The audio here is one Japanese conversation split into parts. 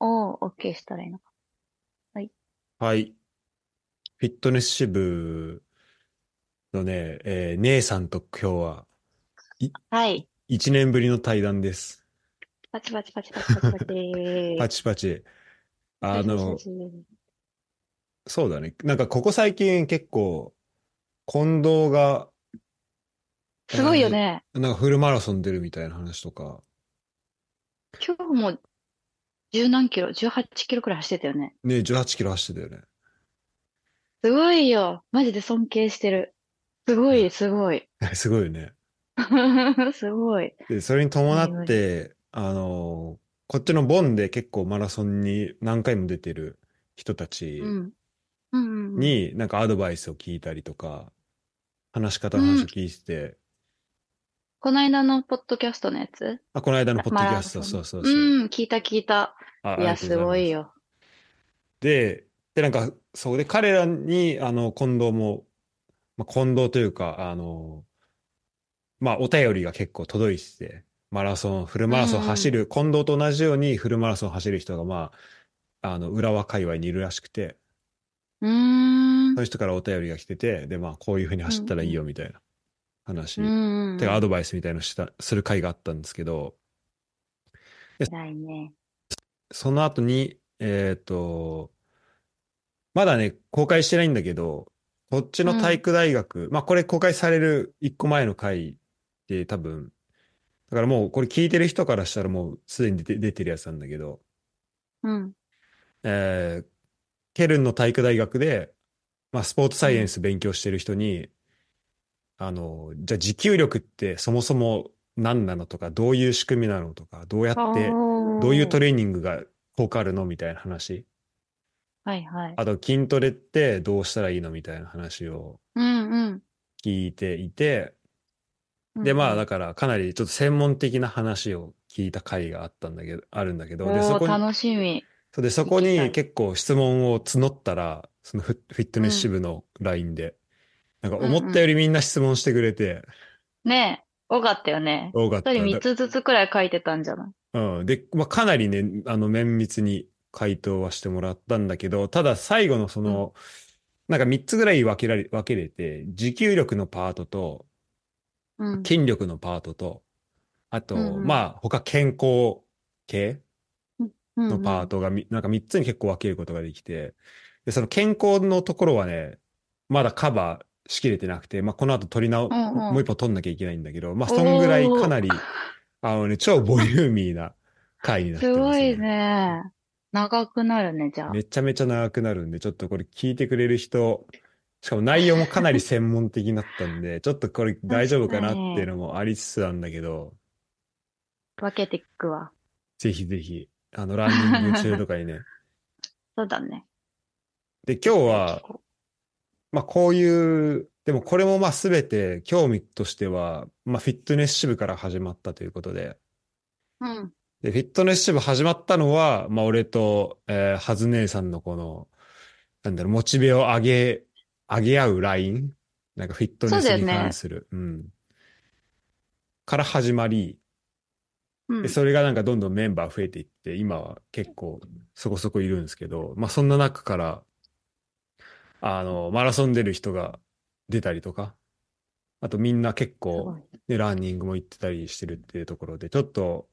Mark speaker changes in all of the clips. Speaker 1: を OK したらいいのか。
Speaker 2: はい。フィットネス支部のね、えー姉さんと今日は
Speaker 1: はい。
Speaker 2: 1年ぶりの対談です。
Speaker 1: パチパチパチパチパ チパチ
Speaker 2: パチパチ。あの
Speaker 1: パチ、パ
Speaker 2: そうだね。なんかここ最近結構、近藤が、
Speaker 1: チすごいよね。
Speaker 2: なんかフルマラソン出るみたいな話とか、
Speaker 1: 今日も十何キロ、18キロくらい走ってたよね。
Speaker 2: ね、18キロ走ってたよね。
Speaker 1: すごいよ。マジで尊敬してる。すごい、すごい。
Speaker 2: すごいよね。
Speaker 1: すごい。
Speaker 2: で、それに伴って、あの、こっちのボンで結構マラソンに何回も出てる人たち、
Speaker 1: うん。うんうんうん。
Speaker 2: に、なんかアドバイスを聞いたりとか、話し方の話を聞いてて、
Speaker 1: この間のポッドキャストのやつ
Speaker 2: あ、この間のポッドキャスト、
Speaker 1: マラ
Speaker 2: そ
Speaker 1: ソ
Speaker 2: うそううそう。
Speaker 1: ん、聞いた聞いた。
Speaker 2: あ
Speaker 1: いや、すごい。
Speaker 2: ありがとうござ
Speaker 1: よ。
Speaker 2: まで、で、なんか、そうで、彼らに、あの、近藤も、まあ、近藤というか、あの、まあ、お便りが結構届いてて、マラソン、フルマラソン
Speaker 1: うんうん
Speaker 2: 走る、近藤と同じようにフルマラソン走る人が、まあ、あの、浦和界隈にいるらしくて、
Speaker 1: うーん。
Speaker 2: そういう人からお便りが来てて、で、まあ、こういうふうに走ったらいいよ、みたいな話。
Speaker 1: うん。
Speaker 2: てかアドバイスみたいのした、する回があったんですけど、
Speaker 1: 偉いね。
Speaker 2: その後に、えっ、と、まだね、公開してないんだけど、こっちの体育大学、まあこれ公開される一個前の回で多分、だからもうこれ聞いてる人からしたらもうすでに出て出てるやつなんだけど、
Speaker 1: うん。
Speaker 2: えーケルンの体育大学で、まあ、スポーツサイエンス勉強してる人に、あの、じゃあ持久力ってそもそも何なのとか、どういう仕組みなのとか、どうやって、ど
Speaker 1: ど
Speaker 2: ういうトレーニングが効果あるのみたいな話。
Speaker 1: はいはい。
Speaker 2: あと筋トレってどうしたらいいのみたいな話を
Speaker 1: うん
Speaker 2: 聞いていて、
Speaker 1: うん。
Speaker 2: で、まあ
Speaker 1: うん
Speaker 2: だからかなりちょっと専門的な話を聞いた回があったんだけど、あるんだけど、
Speaker 1: お
Speaker 2: で、そ
Speaker 1: ー
Speaker 2: こに、
Speaker 1: 楽しみ。
Speaker 2: そうで、そこ
Speaker 1: 行きた
Speaker 2: に
Speaker 1: い
Speaker 2: 結構質問を募ったら、そのフフィットネス支部の LINE で、なんか思ったよりみんな質問してくれて、
Speaker 1: ねえ、多かったよね。
Speaker 2: 多かった。
Speaker 1: 一人三つずつくらい書いてたんじゃない
Speaker 2: うん。で、まあ、かなりね、あの、綿密に回答はしてもらったんだけど、ただ最後のその、なんか3つぐらい分けられ、分けれて、持久力のパートと、
Speaker 1: うん。
Speaker 2: 筋力のパートと、あと、
Speaker 1: うんうん
Speaker 2: まあ、他健康系
Speaker 1: の
Speaker 2: のパートがみ、なんか3つに結構分けることができて、で、その健康のところはね、まだカバーしきれてなくて、まあ、この後取り直、
Speaker 1: うんうん
Speaker 2: もう一本取んなきゃいけないんだけど、まあ、そんぐらいかなり、あのね、超ボリューミーな回になって
Speaker 1: す
Speaker 2: ます
Speaker 1: ごいね。長くなるね、じゃあ。
Speaker 2: めちゃめちゃ長くなるんで、ちょっとこれ聞いてくれる人、しかも内容もかなり専門的になったんで、ちょっとこれ大丈夫かなっていうのもありつつなんだけど、
Speaker 1: 分けていくわ。
Speaker 2: ぜひぜひ、あの、ランニング中とかにね。
Speaker 1: そうだね。
Speaker 2: で、今日は、まあこういう、でもこれもまあすべて興味としては、まあフィットネス支部から始まったということで、
Speaker 1: うん。
Speaker 2: で、フィットネス支部始まったのは、まあ俺と、えー、はず姉さんのこの、なんだろう、モチベを上げ、上げ合うラインなんかフィットネス
Speaker 1: そうだよ
Speaker 2: に
Speaker 1: ね
Speaker 2: 関する。うん。から始まり、
Speaker 1: うん
Speaker 2: で、それがなんかどんどんメンバー増えていって、今は結構そこそこいるんですけど、まあそんな中から、あの、マラソン出る人が出たりとか、あとみんな結
Speaker 1: す
Speaker 2: 構
Speaker 1: ごい
Speaker 2: で、ランニングも行ってたりしてるっていうところで、ちょっと、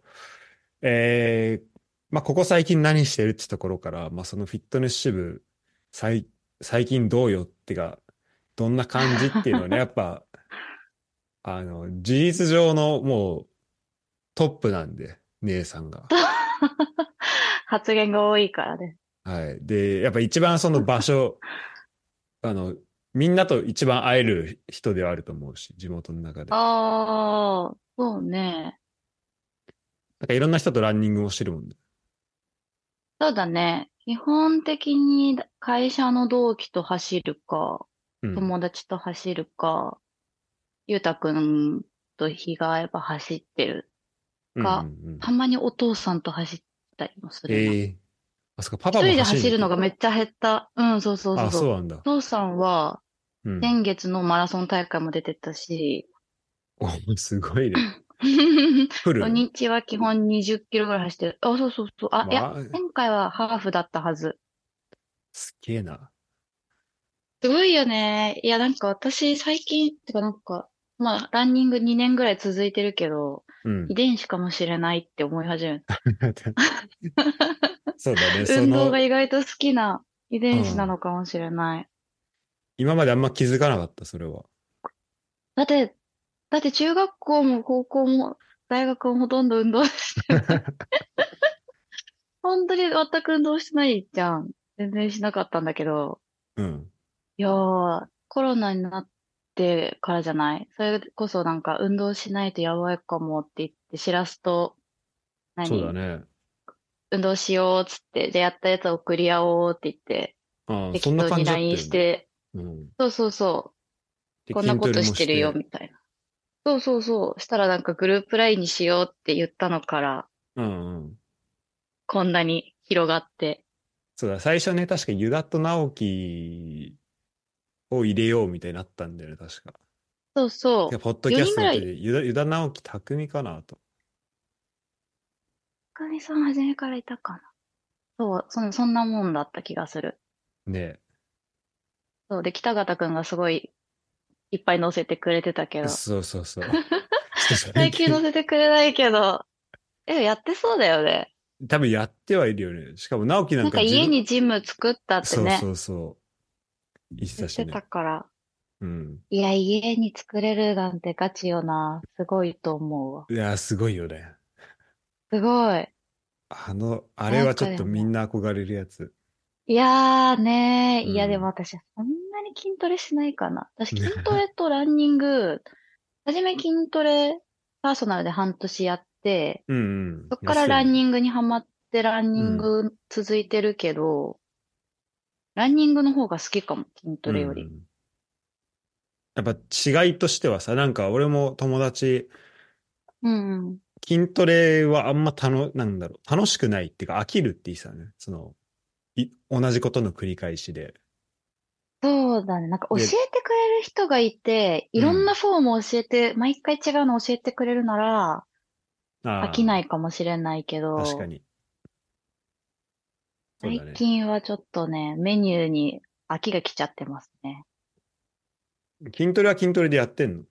Speaker 2: えー、まあ、ここ最近何してるってところから、まあ、そのフィットネス支部、最、最近どうよってか、どんな感じっていうのはね、やっぱ、あの、事実上のもう、トップなんで、姉さんが。
Speaker 1: 発言が多いからね。
Speaker 2: はい。で、やっぱ一番その場所、 あの、みんなと一番会える人ではあると思うし、地元の中で。
Speaker 1: ああ、そうね。
Speaker 2: なんかいろんな人とランニングをしてるもんね。
Speaker 1: そうだね。基本的に会社の同期と走るか、
Speaker 2: うん。
Speaker 1: 友達と走るか、ゆうたくんと日が合えば走ってる。が
Speaker 2: うんうんうん
Speaker 1: たまにお父さんと走ったりもするな。
Speaker 2: ええあ、そっか、パパも
Speaker 1: 一人で
Speaker 2: 走
Speaker 1: 走るのがめ
Speaker 2: っ
Speaker 1: っちゃ減った。うん、そうそう
Speaker 2: ち
Speaker 1: そう
Speaker 2: あ、
Speaker 1: そう
Speaker 2: そうなんだ
Speaker 1: お。父さんは、
Speaker 2: うん。
Speaker 1: 先月のマラソン大会も出てたし、
Speaker 2: おすごいね。フル
Speaker 1: 土日は基本20キロぐらい走ってる。あ、そうそうそう。あ、いや、
Speaker 2: まあ
Speaker 1: 前回はハーフだったはず。
Speaker 2: すげえな。
Speaker 1: すごいよね。いや、なんか私最近、てかなんか、まあ、ランニング2年ぐらい続いてるけど、
Speaker 2: うん
Speaker 1: 遺。伝子かもしれないって思い始めた。
Speaker 2: そ うだね。そ
Speaker 1: 運動
Speaker 2: の
Speaker 1: が、意外と好きな遺伝子なのかもしれない。
Speaker 2: 今まであんま気づかなかった、それは。
Speaker 1: だって、だって中学校も高校も大学もほとんど運動してない。本当に全く運動してないじゃん。全然しなかったんだけど。
Speaker 2: うん。
Speaker 1: いやー、コロナになってからじゃない。それこそなんか運動しないとやばいかもって言って知らすと、何
Speaker 2: そうだね。
Speaker 1: 運動しようっつって、じゃあやったやつ送り合おうって言って、
Speaker 2: ああ、
Speaker 1: 適
Speaker 2: そんな
Speaker 1: 当
Speaker 2: 感
Speaker 1: に
Speaker 2: じだったよ
Speaker 1: LINE
Speaker 2: ね
Speaker 1: して、
Speaker 2: うん。
Speaker 1: そうそうそう。
Speaker 2: で
Speaker 1: こんなことしてるよ、
Speaker 2: 筋
Speaker 1: みたいな。そうそうそう。したらなんかグループラインにしようって言ったのから、
Speaker 2: トレもしてうんうん。
Speaker 1: こんなに広がって。
Speaker 2: そうだ、最初ね、確かユダと直樹を入れようみたいになったんだよね、確か。
Speaker 1: そうそ
Speaker 2: いや
Speaker 1: う。
Speaker 2: ポッドキャストの
Speaker 1: 四人ぐ
Speaker 2: 時で、ユダ、ユダ直樹匠かなと。
Speaker 1: かみさん初めからいたかな。そう、その、そんなもんだった気がする。
Speaker 2: ね
Speaker 1: そう。で、北方くんがすごい、いっぱい載せてくれてたけど、
Speaker 2: そうそ うそう。
Speaker 1: 最近載せてくれないけ ど、え、やってそうだよね。
Speaker 2: 多分やってはいるよね。しかも直樹
Speaker 1: な
Speaker 2: な
Speaker 1: んんか
Speaker 2: か自分
Speaker 1: 家にジム作ったって
Speaker 2: そう
Speaker 1: ね、
Speaker 2: そうそう。言って
Speaker 1: 言
Speaker 2: た
Speaker 1: っ
Speaker 2: してね
Speaker 1: た。から。
Speaker 2: うん。
Speaker 1: いや、家に作れるなんてガチよな。すごいと思うわ。
Speaker 2: いやー、すごいよね。
Speaker 1: すごい。
Speaker 2: あの、あれはちょっとみんな憧れるやつ。
Speaker 1: いやーねー、いや
Speaker 2: うん
Speaker 1: でも私、そんなに筋トレしないかな。私、筋トレとランニング、はじめ筋トレ、パーソナルで半年やって、
Speaker 2: うんうん。
Speaker 1: そっからラン
Speaker 2: ン
Speaker 1: ニングにハマって、ランニング続いてるけど、ランニングの方が好きかも、筋トレより。
Speaker 2: やっぱ違いとしてはさ、なんか俺も友達、
Speaker 1: うんうん。
Speaker 2: 筋トレはあんま楽、なんだろう、楽しくないっていうか飽きるって言ってたね。その、い同じことの繰り返しで。
Speaker 1: そうだね。なんか教
Speaker 2: で
Speaker 1: えてくれる人がいて、いろんなフォームを教えて、毎回違うの教えてくれるなら、飽
Speaker 2: 飽。
Speaker 1: きないいかもしれないけど、
Speaker 2: 確かに。そうだね
Speaker 1: 最。近はちょっとね、メニューに飽きが来ちゃってますね。
Speaker 2: 筋トレは筋トレでやってんの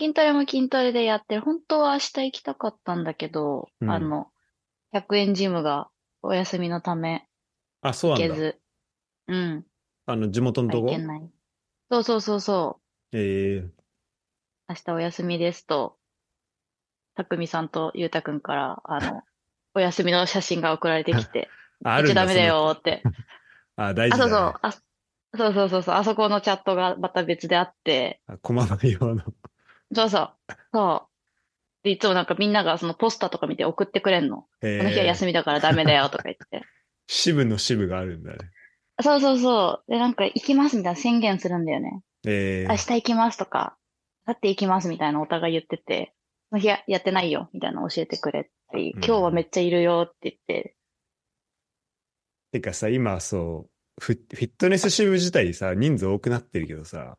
Speaker 1: 筋トレも筋トレでやってる。本当は明日行きたかったんだけど、
Speaker 2: うん
Speaker 1: あの、100円ジムがお休みのため
Speaker 2: あ、そう
Speaker 1: 行け
Speaker 2: なんだ。
Speaker 1: ず、うん、
Speaker 2: あの、地元のと
Speaker 1: 行
Speaker 2: こ
Speaker 1: けない。そうそうそうそう。
Speaker 2: ええ
Speaker 1: 明日お休みですと、たくみさんとゆうたくんから、あ の、お休みの写真が送られてきて、
Speaker 2: あ
Speaker 1: 行っちゃダメだ。
Speaker 2: ん
Speaker 1: よーって。
Speaker 2: そのあ、大
Speaker 1: あ、
Speaker 2: 事だ、
Speaker 1: そうそう、
Speaker 2: ね。
Speaker 1: あ、そうそうそうそう、あそこのチャットがまた別であって、
Speaker 2: あ、駒場用の。
Speaker 1: そうそう、そう。で、いつもなんかみんながそのポスターとか見て送ってくれんの。
Speaker 2: え
Speaker 1: この日は休みだからダメだよとか言って。
Speaker 2: 支部の支部があるんだね。
Speaker 1: そうそうそう。で、なんか行きますみたいな宣言するんだよね。
Speaker 2: ええ
Speaker 1: 明日行きますとか、あさって行きますみたいなお互い言ってて、その日ややってないよみたいなの教えてくれって、
Speaker 2: うん
Speaker 1: 今日はめっちゃいるよって言って、
Speaker 2: てかさ、今そう、フィフィットネス支部自体さ、人数多くなってるけどさ、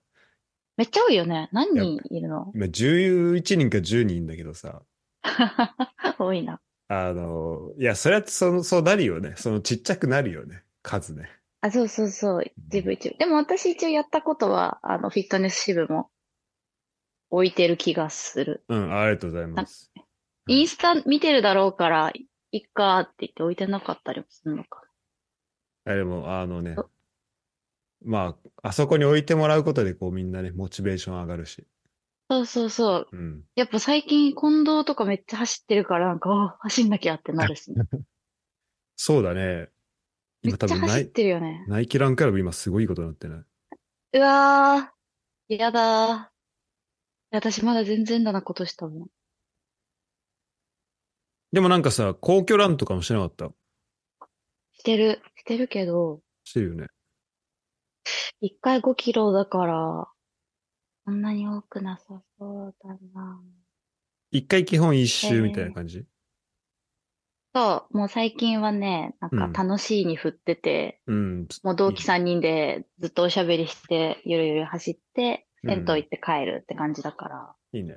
Speaker 1: めっちゃ多いよね。何人いるの
Speaker 2: 今11人か10人だけどさ、
Speaker 1: 多いな。
Speaker 2: あの、いや、そりゃその、そうなるよね。そのちっちゃくなるよね。数ね。
Speaker 1: あ、そうそうそう。一部一部。でも私一応やったことは、あの、フィットネス支部も置いてる気がする。
Speaker 2: うん、ありがとうございます。うん
Speaker 1: インスタ見てるだろうから、いいっかって言って置いてなかったりもするのか。
Speaker 2: あでも、あのね
Speaker 1: そ、
Speaker 2: まあ、あそこに置いてもらうことで、こうみんなね、モチベーション上がるし。
Speaker 1: そうそうそう。
Speaker 2: うん。
Speaker 1: やっぱ最近近藤とかめっちゃ走ってるから、なんか、あ走んなきゃってなるしね。
Speaker 2: そうだね。
Speaker 1: めっ
Speaker 2: 今
Speaker 1: ち
Speaker 2: 多
Speaker 1: ゃ
Speaker 2: 分
Speaker 1: 走
Speaker 2: ナ
Speaker 1: っ
Speaker 2: イ、
Speaker 1: てるよね。
Speaker 2: ナイキランクラブ今すごいことになってない。
Speaker 1: うわー、やだー。私まだ全然だなことしたもん。
Speaker 2: でもなんかさ、皇居ランとかもしてなかった。
Speaker 1: してる、してるけど、
Speaker 2: してるよね。
Speaker 1: 一回5キロだから、そんなに多くなさそうだな。
Speaker 2: 一回基本一周みたいな感じ。
Speaker 1: そう、もう最近はね、なんか楽しいに振ってて、
Speaker 2: うん。
Speaker 1: もう同期3人でずっとおしゃべりして、ゆるゆる走って、
Speaker 2: うん
Speaker 1: 銭湯行って帰るって感じだから、
Speaker 2: いいね。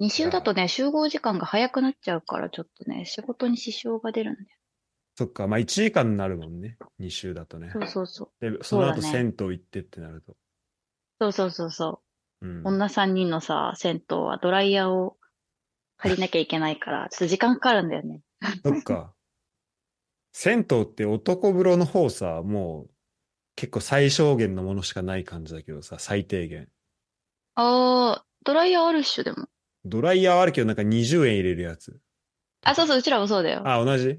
Speaker 1: 2週だとね、集合時間が早くなっちゃうから、ちょっとね、仕事に支障が出るんだよ。
Speaker 2: そっか、まあ1時間になるもんね。2週だとね。
Speaker 1: そうそうそう。
Speaker 2: で、その後
Speaker 1: そうだね
Speaker 2: 銭湯行ってってなると。
Speaker 1: そうそうそうそうう。
Speaker 2: ん。
Speaker 1: 女3人のさ、銭湯はドライヤーを借りなきゃいけないから、 ちょっと時間かかるんだよね。
Speaker 2: そっか。銭湯って男風呂の方さ、もう結構最小限のものしかない感じだけどさ、最低限。
Speaker 1: あー、ドライヤーあるっしょ、でも。
Speaker 2: ドライヤーはあるけどなんか20円入れるやつ。
Speaker 1: あ、そうそう、うちらもそうだよ。
Speaker 2: あ、同じ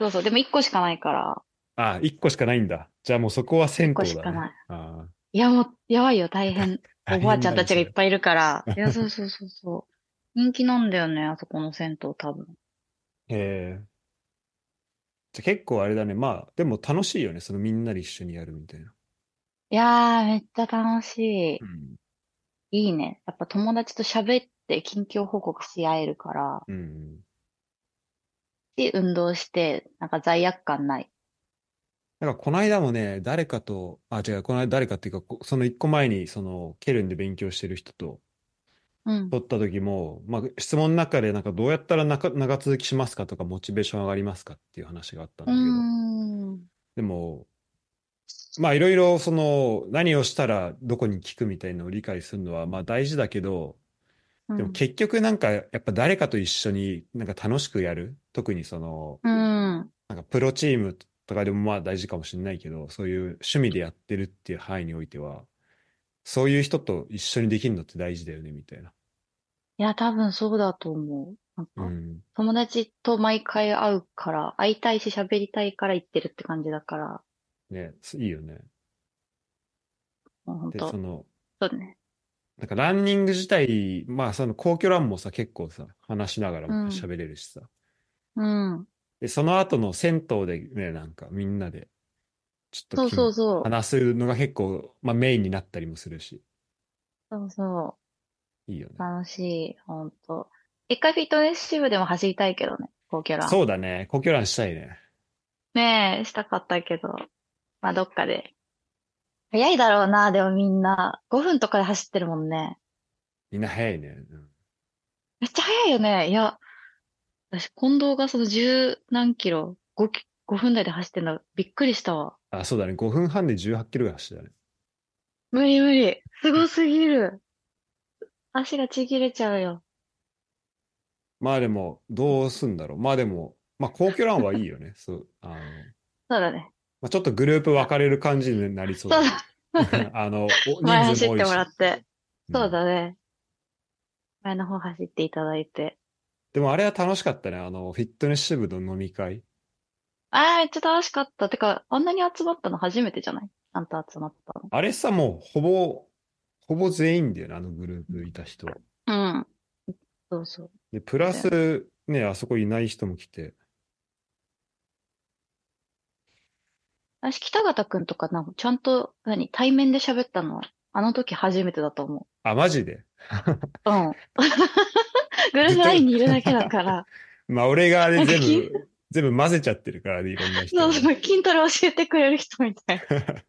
Speaker 1: そうそう、でも1個しかないから。
Speaker 2: あ、1個しかないんだ。じゃあもうそこは銭湯だ、ね。
Speaker 1: 一個しかない
Speaker 2: あ
Speaker 1: いや、もう、やばいよ、大変。
Speaker 2: ー
Speaker 1: おばあちゃんたちがいっぱいいるから。
Speaker 2: 大
Speaker 1: いや、そうそうそうそう。人気なんだよね、あそこの銭湯、多分。
Speaker 2: へえ。じゃあ結構あれだね。まあ、でも楽しいよね。そのみんなで一緒にやるみたいな。
Speaker 1: いやー、めっちゃ楽しい。
Speaker 2: ん。
Speaker 1: いいね。やっぱ友達と喋って近況報告し合えるから、
Speaker 2: うん。
Speaker 1: で、運動して、なんか罪悪感ない。
Speaker 2: なんかこの間もね、誰かと、あ、違う、この間誰かっていうか、こその一個前に、その、ケルンで勉強してる人と
Speaker 1: うん。
Speaker 2: 撮った時も、まあ、質問の中で、なんかどうやったらなか長続きしますかとか、モチベーション上がりますかっていう話があったん
Speaker 1: う
Speaker 2: だ
Speaker 1: ー
Speaker 2: けど、
Speaker 1: ん。
Speaker 2: でも、まあいろいろその何をしたらどこに効くみたいのを理解するのはまあ大事だけど、
Speaker 1: う
Speaker 2: でも
Speaker 1: ん。
Speaker 2: 結局なんかやっぱ誰かと一緒になんか楽しくやる。特にその、
Speaker 1: うん。
Speaker 2: なんかプロチームとかでもまあ大事かもしれないけど、そういう趣味でやってるっていう範囲においては、そういう人と一緒にできるのって大事だよねみたいな。
Speaker 1: いや、多分そうだと思う。なん
Speaker 2: う
Speaker 1: か、
Speaker 2: ん。
Speaker 1: 友達と毎回会うから、会いたいし喋りたいから行ってるって感じだから、
Speaker 2: ね、いいよね。
Speaker 1: もう本
Speaker 2: で、
Speaker 1: 当
Speaker 2: その、
Speaker 1: そうね。
Speaker 2: なんかランニング自体、まあその皇居ランもさ結構さ、話しながら
Speaker 1: うん
Speaker 2: 喋れるしさ。
Speaker 1: うん。
Speaker 2: で、その後の銭湯でね、なんかみんなで、ちょ
Speaker 1: そ
Speaker 2: っと
Speaker 1: う
Speaker 2: き
Speaker 1: そうそう。
Speaker 2: 話すのが結構、まあメインになったりもするし、
Speaker 1: そうそ
Speaker 2: いいよね
Speaker 1: う。。楽しい。本当。一回フィットネス支部でも走りたいけどね。高キャラ。
Speaker 2: そうだね。故郷ランしたいね。
Speaker 1: ねえ、したかったけど。まあ、どっかで。早いだろうな、でもみんな。5分とかで走ってるもんね。
Speaker 2: みんな早いね。うん
Speaker 1: めっちゃ早いよね。いや、私、近藤がその10何キロ、5キ、5分台で走ってんの、びっくりしたわ。
Speaker 2: あ、そうだね。5分半で18キロが走ったね。
Speaker 1: 無理無理。すごすぎる。足がちぎれちゃうよ。
Speaker 2: まあでも、どうすんだろう。まあでも、まあ皇居ランはいいよね。 そう。あの、
Speaker 1: そうだね。
Speaker 2: まあ、ちょっとグループ分かれる感じになりそうだね。 あの、お人
Speaker 1: 前
Speaker 2: 数
Speaker 1: 走っ
Speaker 2: も多い
Speaker 1: て
Speaker 2: し。
Speaker 1: もらって。
Speaker 2: うん
Speaker 1: そうだね。前の方走っていただいて。
Speaker 2: でもあれは楽しかったね。あの、フィットネス支部の飲み会。
Speaker 1: ああ、めっちゃ楽しかった。てか、あんなに集まったの初めてじゃないあんた集まったの。
Speaker 2: あれさ、もう、ほぼ、ほぼ全員だよね、あのグループいた人。
Speaker 1: うん。そうそう。
Speaker 2: で、プラス、ね、あそこいない人も来て。
Speaker 1: 私、北方くんとか、なんか、ちゃんと、何、対面で喋ったの、あの時初めてだと思
Speaker 2: あ、マジで。
Speaker 1: う。うん。 グループラインにいるだけだから。
Speaker 2: まあ、俺があれ全
Speaker 1: 金
Speaker 2: 部、全部混ぜちゃってるからね、いろんな 人
Speaker 1: そう
Speaker 2: が。
Speaker 1: そう、筋トレ教えてくれる人みたい な。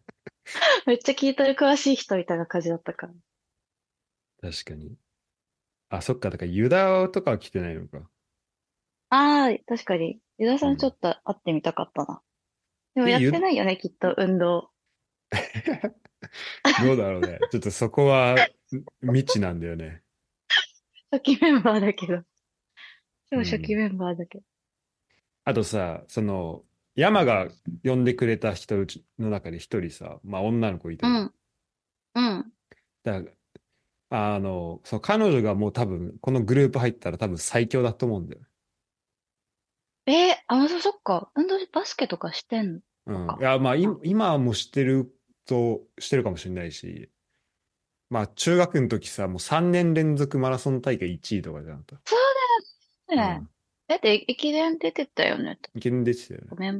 Speaker 1: めっちゃ筋トレ詳しい人みたいな感じだったから。
Speaker 2: 確かに。あ、そっか、だからユダとかは来てないのか。
Speaker 1: ああ、確かに。ユダさ
Speaker 2: うん
Speaker 1: んちょっと会ってみたかったな。でもやっ
Speaker 2: えゆ
Speaker 1: てないよね、きっと、運動。
Speaker 2: どうだろ うね。ちょっとそこは、未知なんだよね。
Speaker 1: 初期メンバーだけど。でも初期メンバーだけど。
Speaker 2: あとさ、その、山が呼んでくれた人うちの中で一人さ、まあ、女の子いた
Speaker 1: う
Speaker 2: の
Speaker 1: ん。うん。
Speaker 2: だからあの、そう、彼女がもう多分、このグループ入ったら多分最強だと思うんだよ。
Speaker 1: えー、あ、そそっか。運動、バスケとかしてんの
Speaker 2: うん
Speaker 1: そっか。
Speaker 2: いや、まあ、い今はもう知ってると、してるかもしれないし、まあ、中学の時さ、もう3年連続マラソン大会1位とかじゃなかっ
Speaker 1: ね
Speaker 2: た。
Speaker 1: えだって、駅伝出てたよね。
Speaker 2: うん。いけんでしたよね。
Speaker 1: ごめん。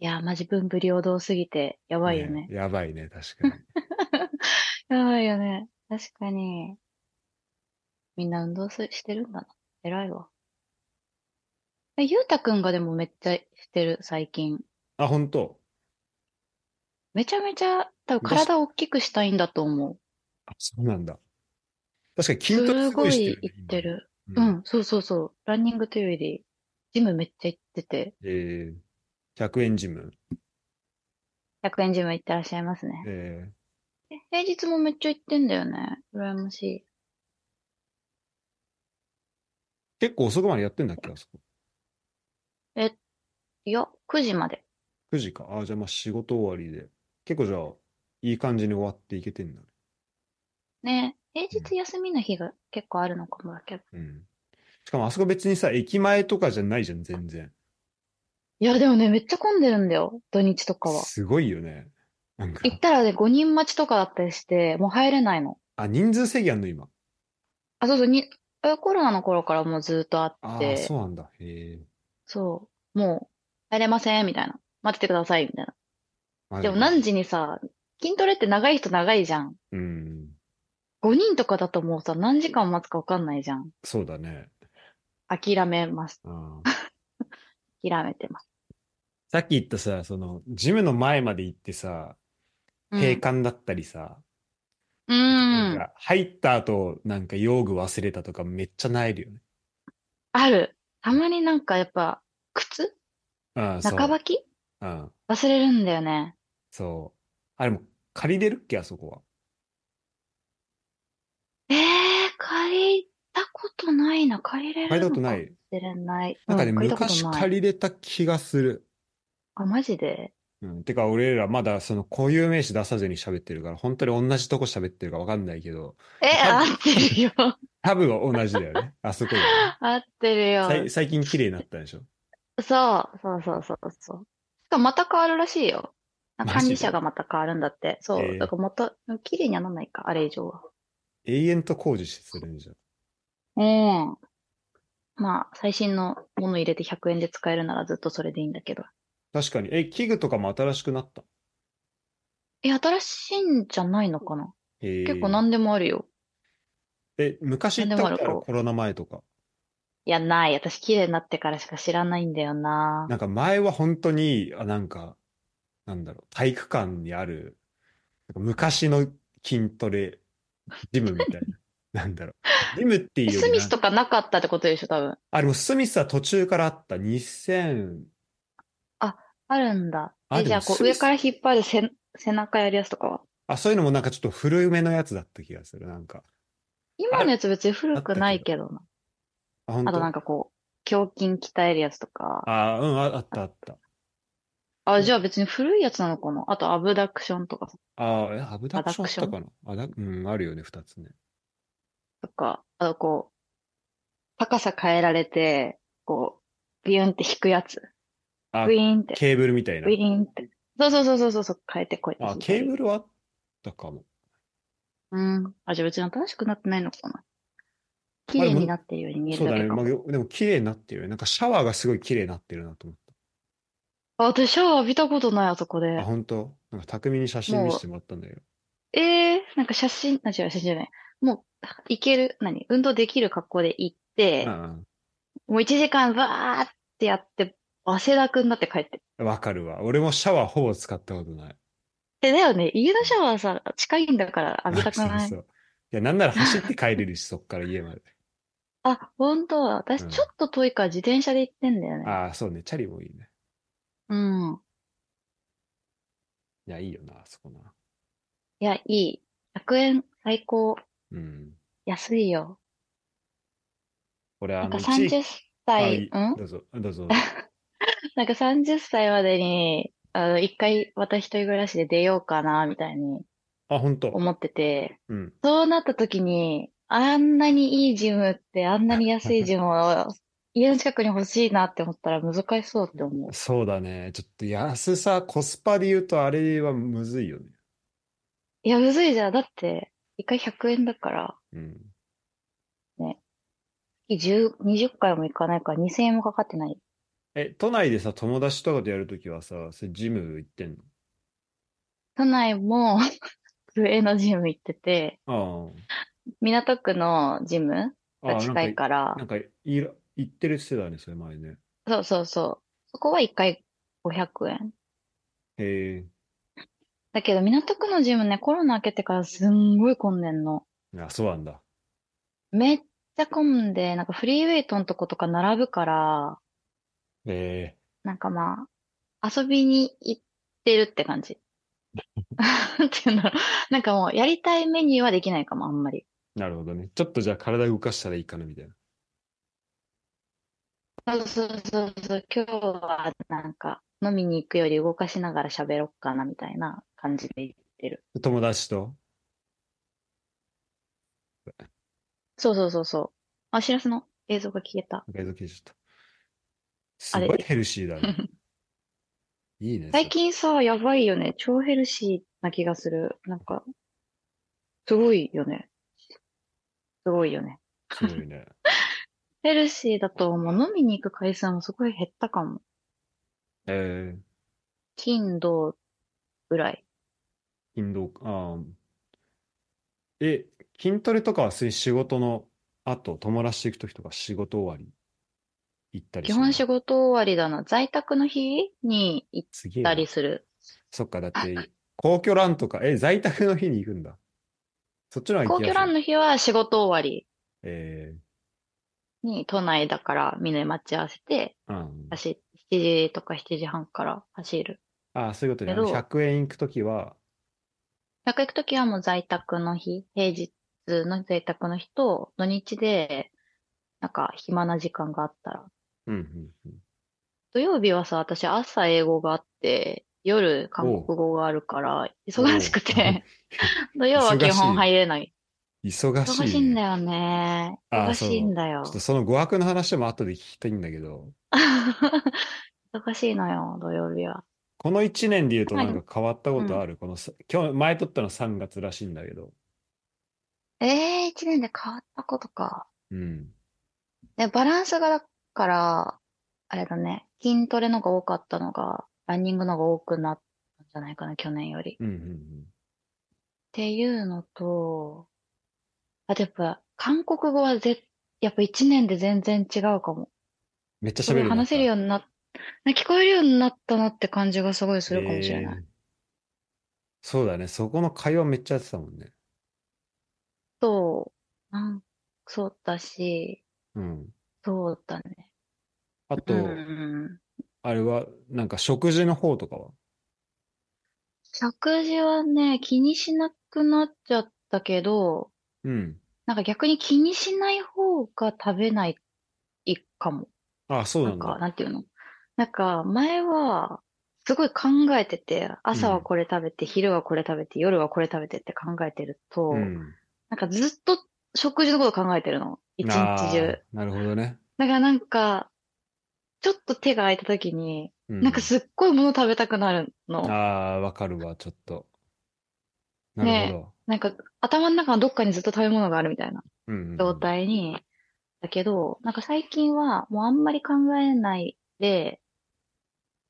Speaker 1: いやー、マジ文武両道すぎて、やばいよね。
Speaker 2: えやばいね、確かに。
Speaker 1: やばいよね。確かに。みんな運動すしてるんだな。偉いわ。えゆうたくんがでもめっちゃしてる、最近。
Speaker 2: あ、本当。
Speaker 1: めちゃめちゃ、多分体を大きくしたいんだと思う。
Speaker 2: あ、そうなんだ。確かに筋トレ
Speaker 1: す
Speaker 2: す
Speaker 1: ご
Speaker 2: ごいして
Speaker 1: い
Speaker 2: る、ね。
Speaker 1: 行ってる。う
Speaker 2: 今。うん。
Speaker 1: ん、そうそうそう。ランニングというより、ジムめっちゃ行ってて、
Speaker 2: えー、100円ジム。
Speaker 1: 100円ジム行ってらっしゃいますね。
Speaker 2: え
Speaker 1: え平日もめっちゃ行ってんだよね。羨ましい。
Speaker 2: ー、結構遅くまでやってんだっけあそこ。
Speaker 1: いや、9時まで。
Speaker 2: 9時か。ああ、じゃあまあ仕事終わりで。結構じゃあ、いい感じに終わっていけてんだね。
Speaker 1: ね平日休みの日が結構あるのかもだけど。
Speaker 2: うん。しかもあそこ別にさ、駅前とかじゃないじゃん、全然。
Speaker 1: いや、でもね、めっちゃ混んでるんだよ。土日とかは。
Speaker 2: すごいよね。なんか、
Speaker 1: 行ったらね、5人待ちとかだったりして、もう入れないの。
Speaker 2: あ、人数制限あんの今。
Speaker 1: あ、そうそう、に、えコロナの頃からもうずっとあ
Speaker 2: あ
Speaker 1: っ
Speaker 2: あ、
Speaker 1: て、
Speaker 2: そうなんだ。へえ。
Speaker 1: そう、もう、入れません、みたいな。待っててください、みたいな。
Speaker 2: まあ
Speaker 1: でも何時にさ、筋トレって長い人長いじゃん。
Speaker 2: うん。
Speaker 1: 5人とかだともうさ、何時間待つか分かんないじゃん。
Speaker 2: そうだね。
Speaker 1: 諦めます。
Speaker 2: うん。
Speaker 1: 諦めてます。
Speaker 2: さっき言ったさ、その、ジムの前まで行ってさ、
Speaker 1: うん
Speaker 2: 閉館だったりさ、
Speaker 1: う
Speaker 2: なん
Speaker 1: ん。
Speaker 2: か入った後、なんか用具忘れたとかめっちゃ萎えるよね。
Speaker 1: ある。たまになんかやっぱ、靴
Speaker 2: ああ、そう。
Speaker 1: 中履き
Speaker 2: うん。
Speaker 1: 忘れるんだよね。
Speaker 2: そう。あれも、借りれるっけ、あそこは。
Speaker 1: えー、借りたことないな。借りれ
Speaker 2: 借り
Speaker 1: る
Speaker 2: たこと
Speaker 1: の
Speaker 2: な
Speaker 1: か
Speaker 2: い。
Speaker 1: もしれない。
Speaker 2: なんか
Speaker 1: う
Speaker 2: ね、
Speaker 1: ん借りたこと
Speaker 2: 昔
Speaker 1: ない。
Speaker 2: 借りれた気がする。
Speaker 1: あ、マジ で
Speaker 2: うん。てか、俺らまだその固有名詞出さずに喋ってるから、本当に同じとこ喋ってるかわかんないけど、
Speaker 1: え、合
Speaker 2: 多
Speaker 1: ってるよ。
Speaker 2: 多分同じだよね。 あそこが。
Speaker 1: 合ってるよ
Speaker 2: さ。い最近綺麗になったでしょ。
Speaker 1: そう、そうそうそうそう。しかもまた変わるらしいよ。なんか管
Speaker 2: マジで
Speaker 1: 理者がまた変わるんだって。そう。
Speaker 2: えー
Speaker 1: だからまた、綺麗にはならないか、あれ以上は。
Speaker 2: 永遠と工事するんじゃん。
Speaker 1: うん。まあ、最新のもの入れて100円で使えるならずっとそれでいいんだけど。
Speaker 2: 確かに。え、器具とかも新しくなった。
Speaker 1: え、新しいんじゃないのかな
Speaker 2: へえ
Speaker 1: 結構何でもあるよ。
Speaker 2: え、昔行ったことあ
Speaker 1: なんでもあ
Speaker 2: る
Speaker 1: る
Speaker 2: コロナ前とか。
Speaker 1: いや、ない。私、綺麗になってからしか知らないんだよな。
Speaker 2: なんか前は本当に、あ、なんか、なんだろう、体育館にある、なんか昔の筋トレ、ジムみたい な。なんだろう。ジムっていう
Speaker 1: え
Speaker 2: より
Speaker 1: スミス
Speaker 2: なん
Speaker 1: とかなかったってことでしょ、多分。
Speaker 2: あ、でもスミスは途中からあった。2000、
Speaker 1: あるんだ。
Speaker 2: あ
Speaker 1: え、
Speaker 2: で
Speaker 1: じゃあ、
Speaker 2: も
Speaker 1: こ
Speaker 2: ス
Speaker 1: う、
Speaker 2: ミ
Speaker 1: 上
Speaker 2: ス
Speaker 1: から引っ張る背、背中やるやつとかは
Speaker 2: あ、そういうのもなんかちょっと古めのやつだった気がする。なんか。
Speaker 1: 今のやつ別に古くないけどな。
Speaker 2: あ、本
Speaker 1: あと
Speaker 2: 当
Speaker 1: なんかこう、胸筋鍛えるやつとか。
Speaker 2: あ、うん、あ、あったあった。
Speaker 1: あ、じゃあ別に古いやつなのかなあとアブダクションとかさ
Speaker 2: あえ、アブダクションあった
Speaker 1: アダ
Speaker 2: かなあだ、うん、あるよね、二つね。
Speaker 1: とか、あとこう、高さ変えられて、こう、ビューンって引くやつ。
Speaker 2: あ
Speaker 1: ウィ、ーンって、
Speaker 2: ケーブルみたいな
Speaker 1: ウ。ィーンって。そうそうそうそうそうそう、変えてこうやっ
Speaker 2: あ、
Speaker 1: て
Speaker 2: ケ
Speaker 1: 引い
Speaker 2: ー
Speaker 1: た
Speaker 2: ブ
Speaker 1: り。
Speaker 2: ルはあったかも。
Speaker 1: うん。あ、じゃあ別に新しくなってないのかな綺
Speaker 2: まあ
Speaker 1: 麗
Speaker 2: でも
Speaker 1: になってるように見え
Speaker 2: そ
Speaker 1: るだ
Speaker 2: うだ
Speaker 1: け
Speaker 2: ね。
Speaker 1: か
Speaker 2: ま
Speaker 1: も
Speaker 2: あ、。よでも綺麗になってるよね。なんかシャワーがすごい綺麗になってるなと思っ
Speaker 1: あ、私シャワー浴びたことない、あそこ
Speaker 2: た。あ、
Speaker 1: で。
Speaker 2: 本当なんか匠に写真見せてもらったんだけど。
Speaker 1: ええなんか写真、あ、違う、写真じゃない。もう、いける、何運動できる格好で行って、
Speaker 2: うん
Speaker 1: もう1時間わーってやって、汗だくになって帰って。
Speaker 2: うん。わかるわ。俺もシャワーほぼ使ったことない。
Speaker 1: え、だよね。家のシャワーさ、近いんだから浴びたく
Speaker 2: そう
Speaker 1: ない。
Speaker 2: そう。いや、なんなら走って帰れるし、そっから家まで。
Speaker 1: あ、本当は。
Speaker 2: う
Speaker 1: 私
Speaker 2: ん
Speaker 1: ちょっと遠いから自転車で行ってんだよね。
Speaker 2: ああ、そうね。チャリもいいね。
Speaker 1: うん。
Speaker 2: いや、いいよな、あそこな。
Speaker 1: いや、いい。100円最高。
Speaker 2: うん。
Speaker 1: 安いよ。
Speaker 2: 俺、
Speaker 1: な
Speaker 2: あ
Speaker 1: んか
Speaker 2: の、
Speaker 1: 30
Speaker 2: あ
Speaker 1: 歳、
Speaker 2: い
Speaker 1: ん
Speaker 2: どうぞ、どうぞ。
Speaker 1: なんか30歳までに、あの、一回また一人暮らしで出ようかな、みたいに
Speaker 2: あ、本当。
Speaker 1: 思ってて、
Speaker 2: うん。
Speaker 1: そうなった時に、あんなにいいジムって、あんなに安いジム を家の近くに欲しいなって思ったら難しそうって思う。
Speaker 2: そうだね。ちょっと安さ、コスパで言うと、あれはむずいよね。
Speaker 1: いや、むずいじゃん。だって、一回100円だから、
Speaker 2: うん。
Speaker 1: 10 20回も行かないから2000円もかかってない。
Speaker 2: え、都内でさ、友達とかとやるときはさ、それジム行ってん
Speaker 1: 都内も 上のジム行ってて、
Speaker 2: の
Speaker 1: 港区のジム
Speaker 2: ああ。あ
Speaker 1: が
Speaker 2: あ、
Speaker 1: 近いから
Speaker 2: なん、か、なんかいら、行ってるって言ってたね、それ前ね。
Speaker 1: そうそうそう。そこは一回500円。
Speaker 2: へ
Speaker 1: だけど、港区のジムね、コロナ明けてからすんごい混んでんの。
Speaker 2: え。あ、そうなんだ。
Speaker 1: めっちゃ混んで、なんかフリーウェイトのとことか並ぶから、
Speaker 2: え
Speaker 1: なんかまあ、遊びに行ってるって感 じ。なんていうんだろう。なんかもう、やりたいメニューはできないかも、あんまり。
Speaker 2: ー、なるほどね。ちょっとじゃあ体動かしたらいいかなみたいな。
Speaker 1: そうそうそうそう、今日はなんか、飲みに行くより動かしながら喋ろっかな、みたいな感じで行ってる。
Speaker 2: 友達と。
Speaker 1: そうそうそうそう。あ、しらすの映像が消えた。
Speaker 2: なんか映像消えちゃった。す
Speaker 1: あれ
Speaker 2: ごいヘルシー だね。いいね。それ
Speaker 1: 最近さ、やばいよね。超ヘルシーな気がする。なんか、すごいよね。すごいよね。
Speaker 2: すごいね。
Speaker 1: ヘルシーだと、もう飲みに行く回数もすごい減ったかも。
Speaker 2: えー、
Speaker 1: 金、土ぐらい。
Speaker 2: 運動、あーえ、筋トレとかはそういう仕事の後、友達と行くときとか仕事終わり行ったり
Speaker 1: 基
Speaker 2: するの
Speaker 1: 本仕事終わりだな。在宅の日に行っ
Speaker 2: すげえな
Speaker 1: たりする。
Speaker 2: そっか、だって、皇居ランとか、え、在宅の日に行くんだ。そっちの方
Speaker 1: 皇
Speaker 2: が行き
Speaker 1: 居
Speaker 2: やすい。
Speaker 1: ランの日は仕事終わり
Speaker 2: え
Speaker 1: に都内だからみんなで待ち合わせて、
Speaker 2: ー、うん。
Speaker 1: 走、7時とか7時半から走る。
Speaker 2: ああ、そういうことね。あ
Speaker 1: けど
Speaker 2: の100円行くときは、
Speaker 1: なんか行くときはもう在宅の日、平日の在宅の日と土日で、なんか暇な時間があったら。
Speaker 2: うん、うん、うん。
Speaker 1: 土曜日はさ、私朝英語があって、夜韓国語があるから、忙しくて、 土曜は基本入れない。
Speaker 2: 忙しい
Speaker 1: 忙
Speaker 2: ね。
Speaker 1: しいんだよね。
Speaker 2: あ
Speaker 1: 忙しいんだよ
Speaker 2: ちょっ。とその語学の話も後で聞きたいんだけど、
Speaker 1: 忙しいのよ、土曜日は。
Speaker 2: この1年で言うと
Speaker 1: は
Speaker 2: ないんか変わったことある、このさ、今日、前撮ったの3月らしいんだけど、
Speaker 1: ええー、一年で変わったことか。
Speaker 2: うん。
Speaker 1: で、バランスがだから、あれだね、筋トレのが多かったのが、ランニングのが多くなったんじゃないかな、去年より。っ
Speaker 2: うん、うん、
Speaker 1: ていうのと、あとやっぱ、韓国語はぜ、やっぱ一年で全然違うかも。
Speaker 2: めっちゃ
Speaker 1: す
Speaker 2: 喋
Speaker 1: ごい
Speaker 2: るようになっ
Speaker 1: 話せるようになっ、な聞こえるようになったなって感じがすごいするかもしれない。
Speaker 2: えーそうだね。そこの会話めっちゃやってたもんね。
Speaker 1: と、なん、そうだし、
Speaker 2: うん。
Speaker 1: そうだね。
Speaker 2: あと、
Speaker 1: うん。
Speaker 2: あれは、なんか食事の方とかは
Speaker 1: 食事はね、気にしなくなっちゃったけど、
Speaker 2: うん。
Speaker 1: なんか逆に気にしない方が食べないかも。
Speaker 2: ああ、そう
Speaker 1: な
Speaker 2: なんん
Speaker 1: か、
Speaker 2: だ。
Speaker 1: なんていうのなんか前は、すごい考えてて、朝はこれ食べて、昼はこれ食べて、夜はこれ食べてって考えてると、
Speaker 2: うん。
Speaker 1: なんかずっと食事のこと考えてるの。一日中。
Speaker 2: あーなるほどね。
Speaker 1: だからなんか、ちょっと手が空いた時に、
Speaker 2: う
Speaker 1: なんかすっごいもの食べたくなるの。
Speaker 2: ああー、わかるわ、ちょっと。な
Speaker 1: ねえ
Speaker 2: るほど。
Speaker 1: なんか頭の中のどっかにずっと食べ物があるみたいな
Speaker 2: うんうんうん
Speaker 1: 状態に。だけど、なんか最近はもうあんまり考えないで、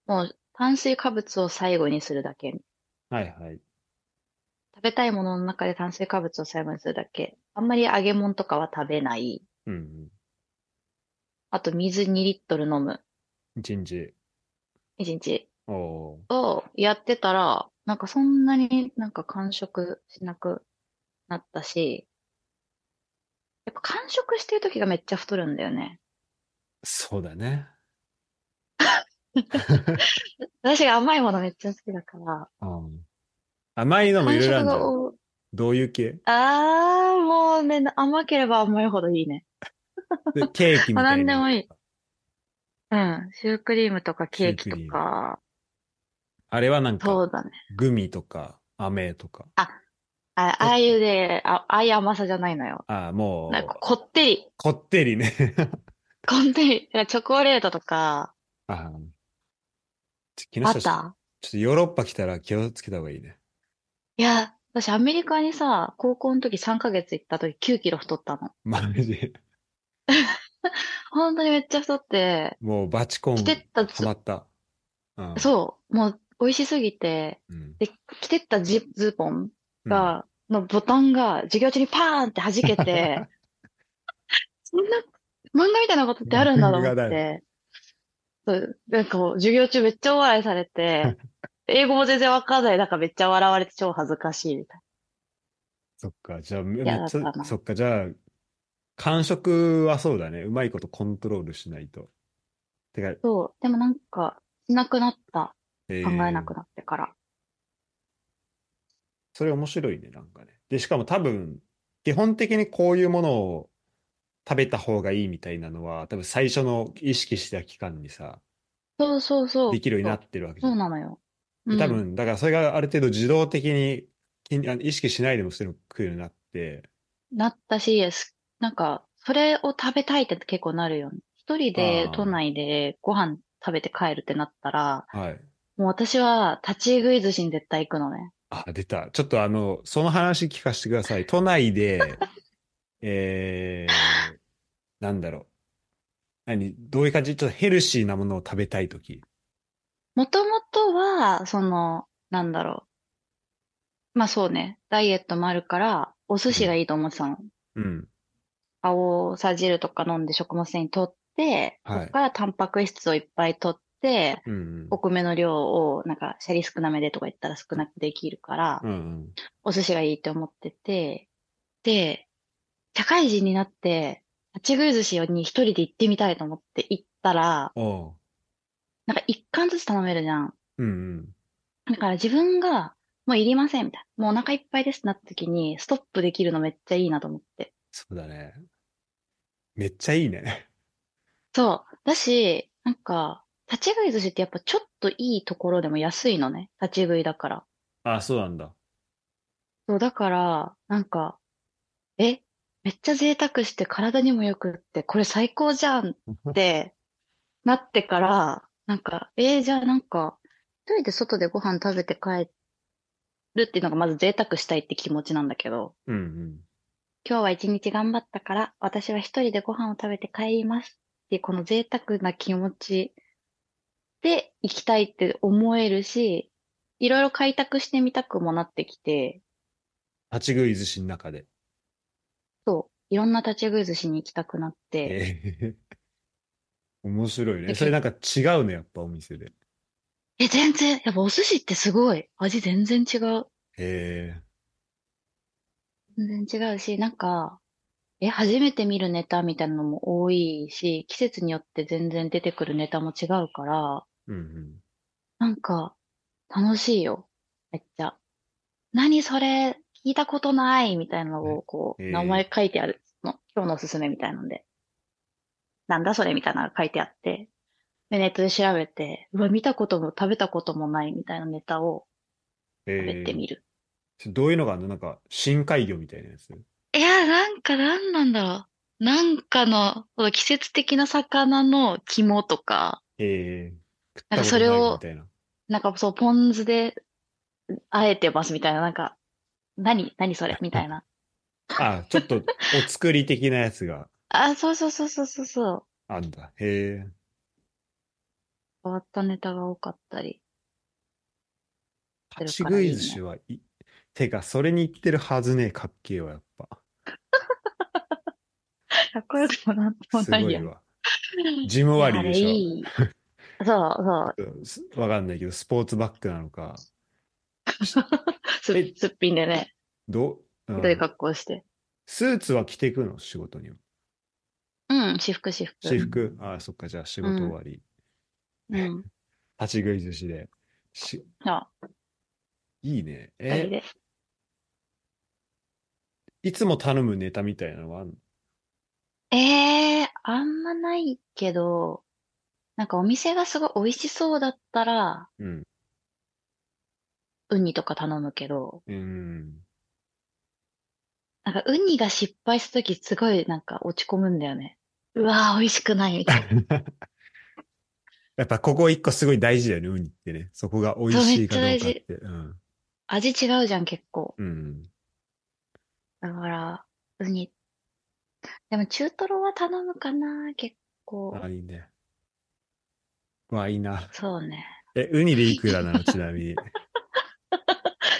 Speaker 1: もう炭水化物を最後にするだけ。
Speaker 2: はいはい。
Speaker 1: 食べたいものの中で炭水化物を最後にするだけ。あんまり揚げ物とかは食べない。
Speaker 2: うんうん。
Speaker 1: あと水2リットル飲む。
Speaker 2: 一日。
Speaker 1: 1日。
Speaker 2: おお
Speaker 1: をやってたら、なんかそんなになんか完食しなくなったし、やっぱ完食してる時がめっちゃ太るんだよね。
Speaker 2: ー。そうだね。
Speaker 1: 私が甘いものめっちゃ好きだから、
Speaker 2: うん甘いのもい
Speaker 1: 完
Speaker 2: ろい
Speaker 1: 食
Speaker 2: ろあるんだ
Speaker 1: が
Speaker 2: よ。
Speaker 1: 多い。
Speaker 2: どういう系
Speaker 1: あー、もうね、甘ければ甘いほどいいね。
Speaker 2: でケーキみ
Speaker 1: ま あ
Speaker 2: たい
Speaker 1: 何で
Speaker 2: な。
Speaker 1: もいい。うん。シュークリームとかケーキと
Speaker 2: シュークリー
Speaker 1: か、
Speaker 2: あれはなんか、
Speaker 1: そうだね。
Speaker 2: グミとか、飴とか。
Speaker 1: あああいうで、あああいう甘さじゃないのよ。
Speaker 2: ああ、も
Speaker 1: なんか
Speaker 2: う、
Speaker 1: こってり、
Speaker 2: こってりね。
Speaker 1: こってり、なんかチョコレートとか、
Speaker 2: あーちょ木
Speaker 1: バ
Speaker 2: 下
Speaker 1: タ
Speaker 2: さん
Speaker 1: ー。
Speaker 2: ちょっとヨーロッパ来たら気をつけた方がいいね。
Speaker 1: いや、私アメリカにさ、高校の時3ヶ月行った時9キロ太ったの。
Speaker 2: マジで。
Speaker 1: 本当にめっちゃ太って、
Speaker 2: もうバチコン、
Speaker 1: 着てった
Speaker 2: ハマった。うん
Speaker 1: そう、もう美味しすぎて、
Speaker 2: うん。
Speaker 1: で、着てったジズボン
Speaker 2: うん、
Speaker 1: が、のボタンが授業中にパーンって弾け て、そんな、漫画みたいなことってあるんだと思っ
Speaker 2: 漫画だ
Speaker 1: て、そう、なんかもう授業中めっちゃお笑いされ て、英語も全然わかんない中めっちゃ笑われて超恥ずかしいみたいな。
Speaker 2: そっか、じゃあ、め
Speaker 1: や
Speaker 2: めっち
Speaker 1: だっ
Speaker 2: ゃ
Speaker 1: た、な
Speaker 2: そっか、じゃあ、感触はそうだね。うまいことコントロールしないと。てか、
Speaker 1: そう。でもなんか、しなくなった。
Speaker 2: えー
Speaker 1: 考えなくなってから。
Speaker 2: それ面白いね、なんかね。で、しかも多分、基本的にこういうものを食べた方がいいみたいなのは、多分最初の意識した期間にさ、
Speaker 1: そうそうそう。
Speaker 2: できるようになってるわけじ
Speaker 1: そ
Speaker 2: ゃ。
Speaker 1: う。そうんなのよ。
Speaker 2: で
Speaker 1: うん
Speaker 2: 多分、だからそれがある程度自動的に気にあの意識しないでもそれを食うようになって、
Speaker 1: なったし、すなんか、それを食べたいって結構なるよね。一人で
Speaker 2: あー
Speaker 1: 都内でご飯食べて帰るってなったら、
Speaker 2: はい。
Speaker 1: もう私は立ち食い寿司に絶対行くのね。
Speaker 2: あ、出た。ちょっとあの、その話聞かせてく ださい。都内で、えー、なんだろう。何どういう感じちょっとヘルシーなものを食べたいとき。
Speaker 1: もともとは、その、なんだろう。まあそうね、ダイエットもあるから、お寿司がいいと思ってたの。
Speaker 2: うん。
Speaker 1: 青さ汁とか飲んで食物繊維取って、
Speaker 2: はい
Speaker 1: そこからタンパク質をいっぱい取って、
Speaker 2: うんうん。
Speaker 1: お米の量を、なんか、シャリ少なめでとか言ったら少なくできるから、
Speaker 2: うんうん。
Speaker 1: お寿司がいいって思ってて、で、社会人になって、立ち食い寿司に一人で行ってみたいと思って行ったら、
Speaker 2: おう。
Speaker 1: なんか一貫ずつ頼めるじゃん。
Speaker 2: うんうん。
Speaker 1: だから自分が、もういりませんみたいな。もうお腹いっぱいですってなった時に、ストップできるのめっちゃいいなと思って。
Speaker 2: そうだね。めっちゃいいね。
Speaker 1: そう。だし、なんか、立ち食い寿司ってやっぱちょっといいところでも安いのね。立ち食いだから。
Speaker 2: あ、そうなん だ。
Speaker 1: そう、だから、なんか、え、めっちゃ贅沢して体にも良くって、これ最高じゃんってなってから、なんか、えーじゃあなんか、一人で外でご飯食べて帰るっていうのがまず贅沢したいって気持ちなんだけど、
Speaker 2: うんうん。
Speaker 1: 今日は一日頑張ったから、私は一人でご飯を食べて帰りますっていう、この贅沢な気持ちで行きたいって思えるし、いろいろ開拓してみたくもなってきて、
Speaker 2: 立ち食い寿司の中で。
Speaker 1: そう。いろんな立ち食い寿司に行きたくなって、
Speaker 2: えー 面白いね。
Speaker 1: で
Speaker 2: それなんか違うね、やっぱお店で。
Speaker 1: え、全然、やっぱお寿司ってすごい。味全然違う。
Speaker 2: え
Speaker 1: 全然違うし、なんか、え、初めて見るネタみたいなのも多いし、季節によって全然出てくるネタも違うから、
Speaker 2: ー。うんうん。
Speaker 1: なんか、楽しいよ。めっちゃ。何それ、聞いたことないみたいなのを、こう、
Speaker 2: えー
Speaker 1: 名前書いてあるの。今日のおすすめみたいなんで。なんだそれみたいなのが書いてあって。で、ネットで調べて、うわ、見たことも食べたこともないみたいなネタを
Speaker 2: え
Speaker 1: 食べてみる。
Speaker 2: ーどういうのがあるのなんか、深海魚みたいなやつ。
Speaker 1: いや、なんかなんなんだろう。なんかの、この季節的な魚の肝とか、
Speaker 2: ええ食っ
Speaker 1: なんか
Speaker 2: たこと
Speaker 1: それを
Speaker 2: ないみたいな。
Speaker 1: なんかそう、ポン酢で、あえてますみたいな、なんか、何何それみたいな。
Speaker 2: あ、ちょっ とお作り的なやつが
Speaker 1: あ、そうそうそうそうそうそう。
Speaker 2: あんだ。へえ。
Speaker 1: 変わったネタが多かったり。
Speaker 2: 立ち食い寿司はいい。てか、それに行ってるはずねえ、かっけえわ、やっ
Speaker 1: かっこよくもなんと
Speaker 2: ぱ。
Speaker 1: も
Speaker 2: す
Speaker 1: な
Speaker 2: ご
Speaker 1: い
Speaker 2: い
Speaker 1: や。
Speaker 2: わ。ジム割
Speaker 1: あ
Speaker 2: り
Speaker 1: れ
Speaker 2: でしょ。
Speaker 1: い い。そうそう。
Speaker 2: すわかんないけど、スポーツバッグなのか、
Speaker 1: す
Speaker 2: え
Speaker 1: すっぴんでね、
Speaker 2: どう、うん
Speaker 1: ひどい格好して。
Speaker 2: スーツは着ていくの仕事には。
Speaker 1: うん、私服、私服。
Speaker 2: 私服、ああ、そっか、じゃあ仕事終わり。
Speaker 1: うん。
Speaker 2: 立ち食い寿司で。し
Speaker 1: あ、
Speaker 2: いいね。
Speaker 1: 二人
Speaker 2: え、
Speaker 1: で。
Speaker 2: いつも頼むネタみたいなのはあんの
Speaker 1: ええー、あんまないけど、なんかお店がすごい美味しそうだったら、
Speaker 2: うん。
Speaker 1: ウニとか頼むけど、
Speaker 2: うん。
Speaker 1: なんかウニが失敗した時すごいなんか落ち込むんだよね。うわー、美味しくないみたいな。
Speaker 2: やっぱここ一個すごい大事だよね、ウニってね。そこが美味しいかどうかって。うん。
Speaker 1: 味違うじゃん、結構。
Speaker 2: うん。
Speaker 1: だから、ウニ。でも中トロは頼むかな、結構。
Speaker 2: あ、いいね。うわ、いいな。
Speaker 1: そうね。
Speaker 2: え、ウニでいくらなの、ちなみ に。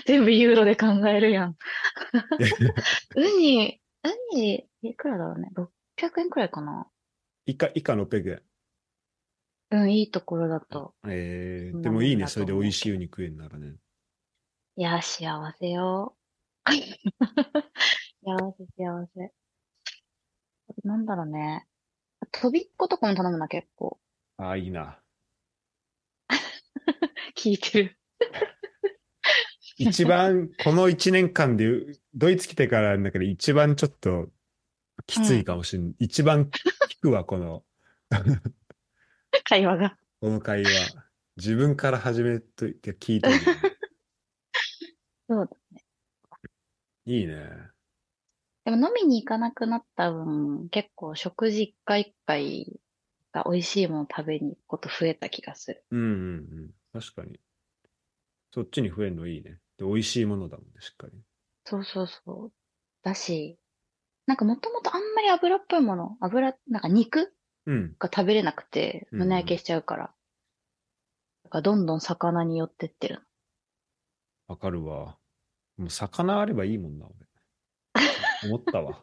Speaker 1: 全部ユーロで考えるやん。ウニ、ウニ、いくらだろうね。600円くらいかな。
Speaker 2: 以下、以下600円。
Speaker 1: うん、いいところだと。
Speaker 2: え
Speaker 1: そ
Speaker 2: ー、
Speaker 1: ん
Speaker 2: で
Speaker 1: な
Speaker 2: も
Speaker 1: もん
Speaker 2: いいね、
Speaker 1: だ
Speaker 2: そ
Speaker 1: と
Speaker 2: れ
Speaker 1: 思う
Speaker 2: で美味しいウニ食えんならね。
Speaker 1: いや、幸 せよ。幸せ、幸せ。なんだろうね。飛びっことかも頼むな、結構。
Speaker 2: ああ、いいな。
Speaker 1: 聞いてる。
Speaker 2: 一番、 この一年間で、ドイツ来てからの中で一番ちょっときついかもしれない。一番聞くわ、この、
Speaker 1: 会話が。
Speaker 2: この会話。自分から始めといて聞 いてみる。
Speaker 1: そうだ。
Speaker 2: いいね。
Speaker 1: でも飲みに行かなくなった分、結構食事一回一回が美味しいもの食べに行くこと増えた気がする。
Speaker 2: うんうんうん。確かに。そっちに増えるのいいね。で、美味しいものだもんね、しっかり。
Speaker 1: そうそうそう。だし、なんかもともとあんまり油っぽいもの、油、なんか肉
Speaker 2: うん。
Speaker 1: が食べれなくて、
Speaker 2: うんうん
Speaker 1: 胸焼けしちゃうから。だからどんどん魚に寄ってってる。
Speaker 2: わかるわ。もう魚あればいいもんな、 俺。思ったわ。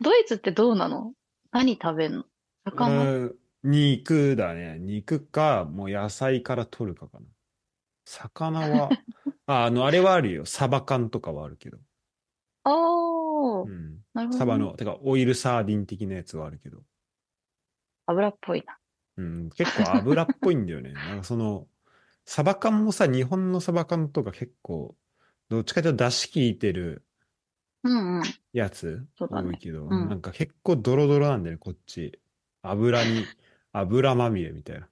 Speaker 1: ドイツってどうなの何食べんの魚、
Speaker 2: うん肉だね。肉か、もう野菜から取るかかな。魚 は、あ、あの、あれはあるよ。サバ缶とかはあるけど。
Speaker 1: おー、
Speaker 2: うん。
Speaker 1: なるほどね、
Speaker 2: サバの、てか、オイルサーディン的なやつはあるけど。
Speaker 1: 油っぽいな。
Speaker 2: うん、結構油っぽいんだよ ね。なんかその、サバ缶もさ、日本のサバ缶とか結構、どっちかというと出汁効いてる
Speaker 1: うんうん。
Speaker 2: やつ
Speaker 1: そうだ
Speaker 2: 多
Speaker 1: ね
Speaker 2: いけど、
Speaker 1: うん
Speaker 2: なんか結構ドロドロなんだよね、こっち。油に、油まみれみたいな。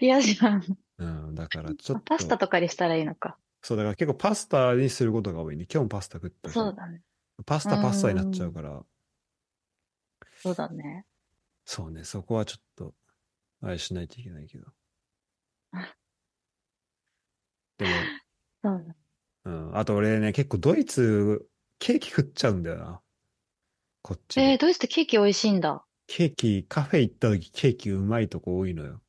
Speaker 1: 嫌じゃん。
Speaker 2: うん、だからちょっと。
Speaker 1: パスタとかにしたらいいのか。
Speaker 2: そう、だから結構パスタにすることが多いね。今日もパスタ食ったけど
Speaker 1: そうだね。
Speaker 2: パスタパスタになっちゃうから、
Speaker 1: そうだね。
Speaker 2: そうね、そこはちょっと、あれしないといけない けど。でも、
Speaker 1: そうだね。
Speaker 2: うん。あと俺ね、結構ドイツ、ケーキ食っちゃうんだよな。こっちで
Speaker 1: えー、ドイツってケーキ美味しいんだ。
Speaker 2: ケーキ、カフェ行った時ケーキうまいとこ多いのよ。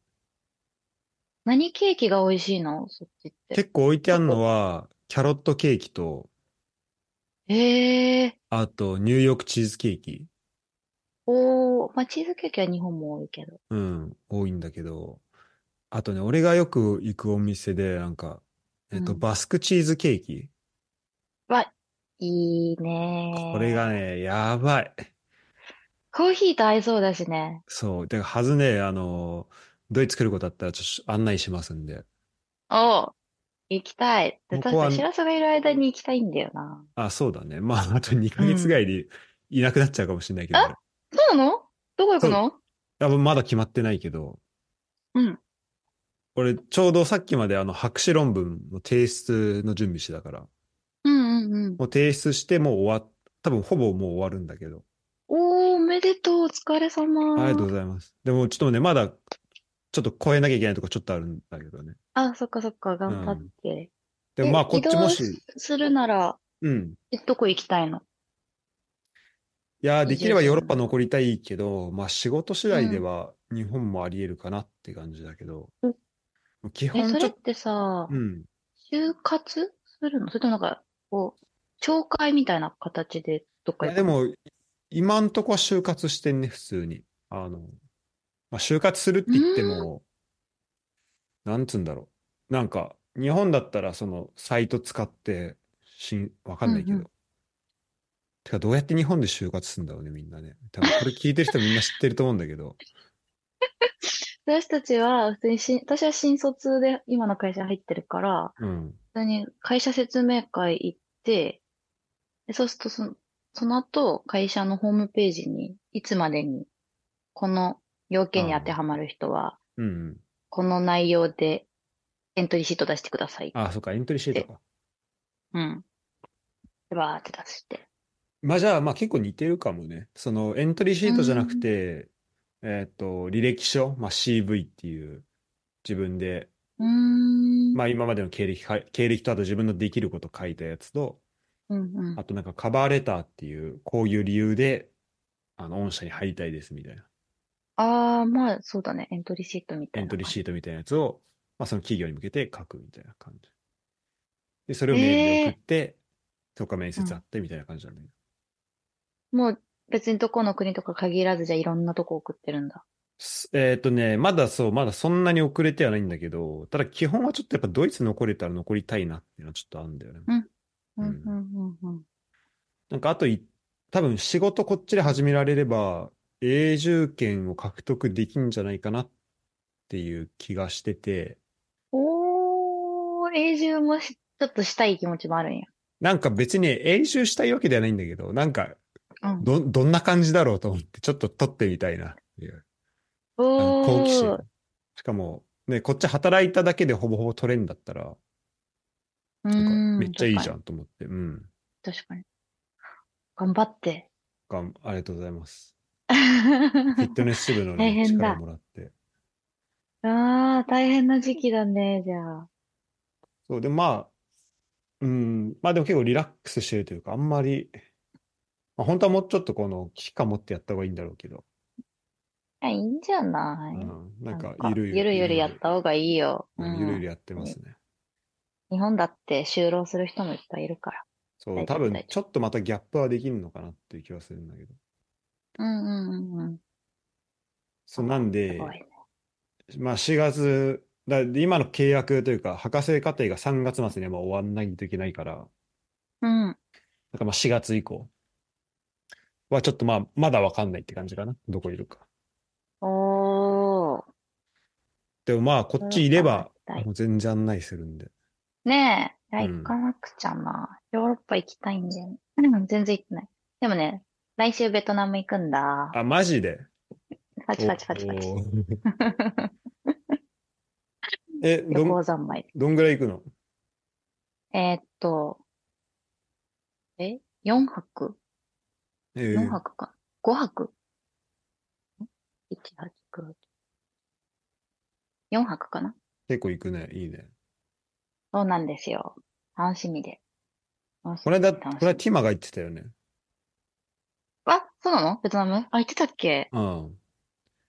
Speaker 1: 何ケーキが美味しいのそっちって。
Speaker 2: 結構置いてあるのは、キャロットケーキと、
Speaker 1: えー、
Speaker 2: あと、ニューヨークチーズケーキ。
Speaker 1: おー、まあ、チーズケーキは日本も多いけど。
Speaker 2: うん、多いんだけど。あとね、俺がよく行くお店で、なんか、えっと、
Speaker 1: うん
Speaker 2: バスクチーズケーキ。
Speaker 1: いいねー。
Speaker 2: これがね、やばい。
Speaker 1: コーヒーと合いそうだしね。
Speaker 2: そう。で、はずね、あの、ドイツ来ることあったら、ちょっと案内しますんで。
Speaker 1: おう行きたい。で、
Speaker 2: こ
Speaker 1: 確
Speaker 2: こは
Speaker 1: かにシラスがいる間に行きたいんだよな。
Speaker 2: あ、そうだね。まあ、あと2ヶ月ぐらいでいなくなっちゃうかもしれないけど、
Speaker 1: あそうなのどこ行くの
Speaker 2: 多分まだ決まってないけど、
Speaker 1: うん。
Speaker 2: 俺、ちょうどさっきまであの、博士論文の提出の準備してたから、
Speaker 1: うんうんうん。
Speaker 2: もう提出してもう終わっ、多分ほぼもう終わるんだけど、
Speaker 1: おー、おめでとう。お疲れ様。
Speaker 2: ありがとうございます。でもちょっとね、まだ、ちょっと超えなきゃいけないとこちょっとあるんだけどね。
Speaker 1: あ、そっかそっか、頑張って。
Speaker 2: でもまあ、
Speaker 1: え
Speaker 2: こっちも
Speaker 1: 移動
Speaker 2: し、
Speaker 1: するなら、
Speaker 2: うん。
Speaker 1: えどこ行きたいの
Speaker 2: いやー、
Speaker 1: 移住
Speaker 2: できれば
Speaker 1: する
Speaker 2: ヨーロッパ残りたいけど、まあ仕事次第では日本もあり得るかなって感じだけど、
Speaker 1: うん
Speaker 2: 基
Speaker 1: え、
Speaker 2: 本
Speaker 1: そ
Speaker 2: ち
Speaker 1: れ
Speaker 2: ょ
Speaker 1: っ
Speaker 2: って
Speaker 1: さ
Speaker 2: と、、うん。
Speaker 1: 就活するのそれともなんか、こう、懲戒みたいな形でどっか
Speaker 2: い
Speaker 1: 行
Speaker 2: や
Speaker 1: く
Speaker 2: で
Speaker 1: の
Speaker 2: も、今んとこは就活してんね、普通に。あの、まあ、就活するって言っても、なんつうんだろう。なんか、日本だったら、その、サイト使って、しん、わかんないけど。
Speaker 1: うんう
Speaker 2: てか、どうやって日本で就活するんだろうね、みんなね。多分、これ聞いてる人 みんな知ってると思うんだけど。
Speaker 1: 私たちは、普通にし、私は新卒で今の会社に入ってるから、
Speaker 2: うん。
Speaker 1: 普通に会社説明会行って、でそうするとその、その後、会社のホームページに、いつまでに、この要件に当てはまる人は、
Speaker 2: うんうん。
Speaker 1: この内容でエントリーシート出してください。
Speaker 2: あ、そっか、エントリーシートか。
Speaker 1: うん。でバーって出して。
Speaker 2: まあ、じゃあ、まあ、結構似てるかもね。その、エントリーシートじゃなくて、えーっと、履歴書、まあ、CV っていう、自分で、
Speaker 1: うーん。
Speaker 2: まあ今までの経歴か、経歴とあと自分のできること書いたやつと、
Speaker 1: うんうん。
Speaker 2: あとなんかカバーレターっていう、こういう理由で、あの、御社に入りたいですみたいな、
Speaker 1: ああ、まあ、そうだね。エントリーシートみた
Speaker 2: エ
Speaker 1: い
Speaker 2: ン
Speaker 1: な
Speaker 2: ト
Speaker 1: 感
Speaker 2: リ
Speaker 1: じ。
Speaker 2: ーシートみたいなやつを、まあその企業に向けて書くみたいな感じ。で、それをメールで送って、とか面接あってみたいな感じなんだけど。
Speaker 1: もう、別にどこの国とか限らず、じゃあいろんなとこ送ってるんだ。
Speaker 2: すえっとね、まだそう、まだそんなに遅れてはないんだけど、ただ基本はちょっとやっぱドイツ残れたら残りたいなっていうのはちょっとあるんだよね。
Speaker 1: うんうんうんうん。
Speaker 2: なんかあとい多分仕事こっちで始められれば、永住権を獲得できんじゃないかなっていう気がしてて、
Speaker 1: おー、永住もし、ちょっとしたい気持ちもあるんや。
Speaker 2: なんか別に永住したいわけではないんだけど、なんか
Speaker 1: うん。
Speaker 2: ど、どんな感じだろうと思って、ちょっと取ってみたいなっていう、あの好奇
Speaker 1: お
Speaker 2: 心
Speaker 1: ー。。
Speaker 2: しかも、ね、こっち働いただけでほぼほぼ取れんだったら、
Speaker 1: う
Speaker 2: なんか
Speaker 1: ん。
Speaker 2: めっちゃいいじゃ
Speaker 1: ん。
Speaker 2: んと思って、うん。
Speaker 1: 確かに。頑張 って。
Speaker 2: がんありがとうございます。フィットネス支部の、
Speaker 1: 大
Speaker 2: ね、
Speaker 1: 変だ
Speaker 2: 力をもらって。
Speaker 1: ああ、大変な時期だね、じゃあ。
Speaker 2: そう、で、まあ、うん、まあでも結構リラックスしてるというか、あんまり、まあ、本当はもうちょっとこの期間持ってやった方がいいんだろうけど、
Speaker 1: あ、いいんじゃな
Speaker 2: う
Speaker 1: い
Speaker 2: ん、なんか
Speaker 1: ゆ
Speaker 2: ゆる
Speaker 1: るゆるやった方がいいよ。
Speaker 2: う
Speaker 1: うんん
Speaker 2: ゆるゆるやってますね。
Speaker 1: 日本だって就労する人もいっぱいいるから。
Speaker 2: そう、
Speaker 1: 大丈
Speaker 2: 多
Speaker 1: 夫大
Speaker 2: 分
Speaker 1: 丈夫
Speaker 2: ちょっとまたギャップはできるのかなっていう気はするんだけど。
Speaker 1: うんうんうんうん。
Speaker 2: そう、なん
Speaker 1: す
Speaker 2: で、
Speaker 1: ごいね。
Speaker 2: まあ4月、だ今の契約というか、博士課程が3月末にはもう終わんないといけないから、
Speaker 1: うん。
Speaker 2: なんかまあ4月以降はちょっとまあ、まだわかんないって感じかな。どこいるか。
Speaker 1: おー。
Speaker 2: でもまあ、こっちいれば、
Speaker 1: それはわかんない
Speaker 2: もう全然案内するんで。
Speaker 1: ねえ、いや
Speaker 2: うん
Speaker 1: 行かなくちゃな。ヨーロッパ行きたいんだよね。うん 全然行ってない。でもね、来週ベトナム行くんだ。
Speaker 2: あ、マジで
Speaker 1: パチパチパチパチ。
Speaker 2: おー え、ど
Speaker 1: 旅
Speaker 2: ん
Speaker 1: 行、三昧。
Speaker 2: どんぐらい行くの
Speaker 1: えーっと、え ?4 泊
Speaker 2: え
Speaker 1: 4
Speaker 2: ー、
Speaker 1: 泊か。5泊 ?1、8、9、4泊かな
Speaker 2: 結構行くね。いいね。
Speaker 1: そうなんですよ。楽しみで。楽し
Speaker 2: こ
Speaker 1: み
Speaker 2: れだ、
Speaker 1: 楽
Speaker 2: こ
Speaker 1: しみ
Speaker 2: れはティマが言ってたよね。
Speaker 1: あ、そうなのベトナムあ、行ってたっけ
Speaker 2: うん。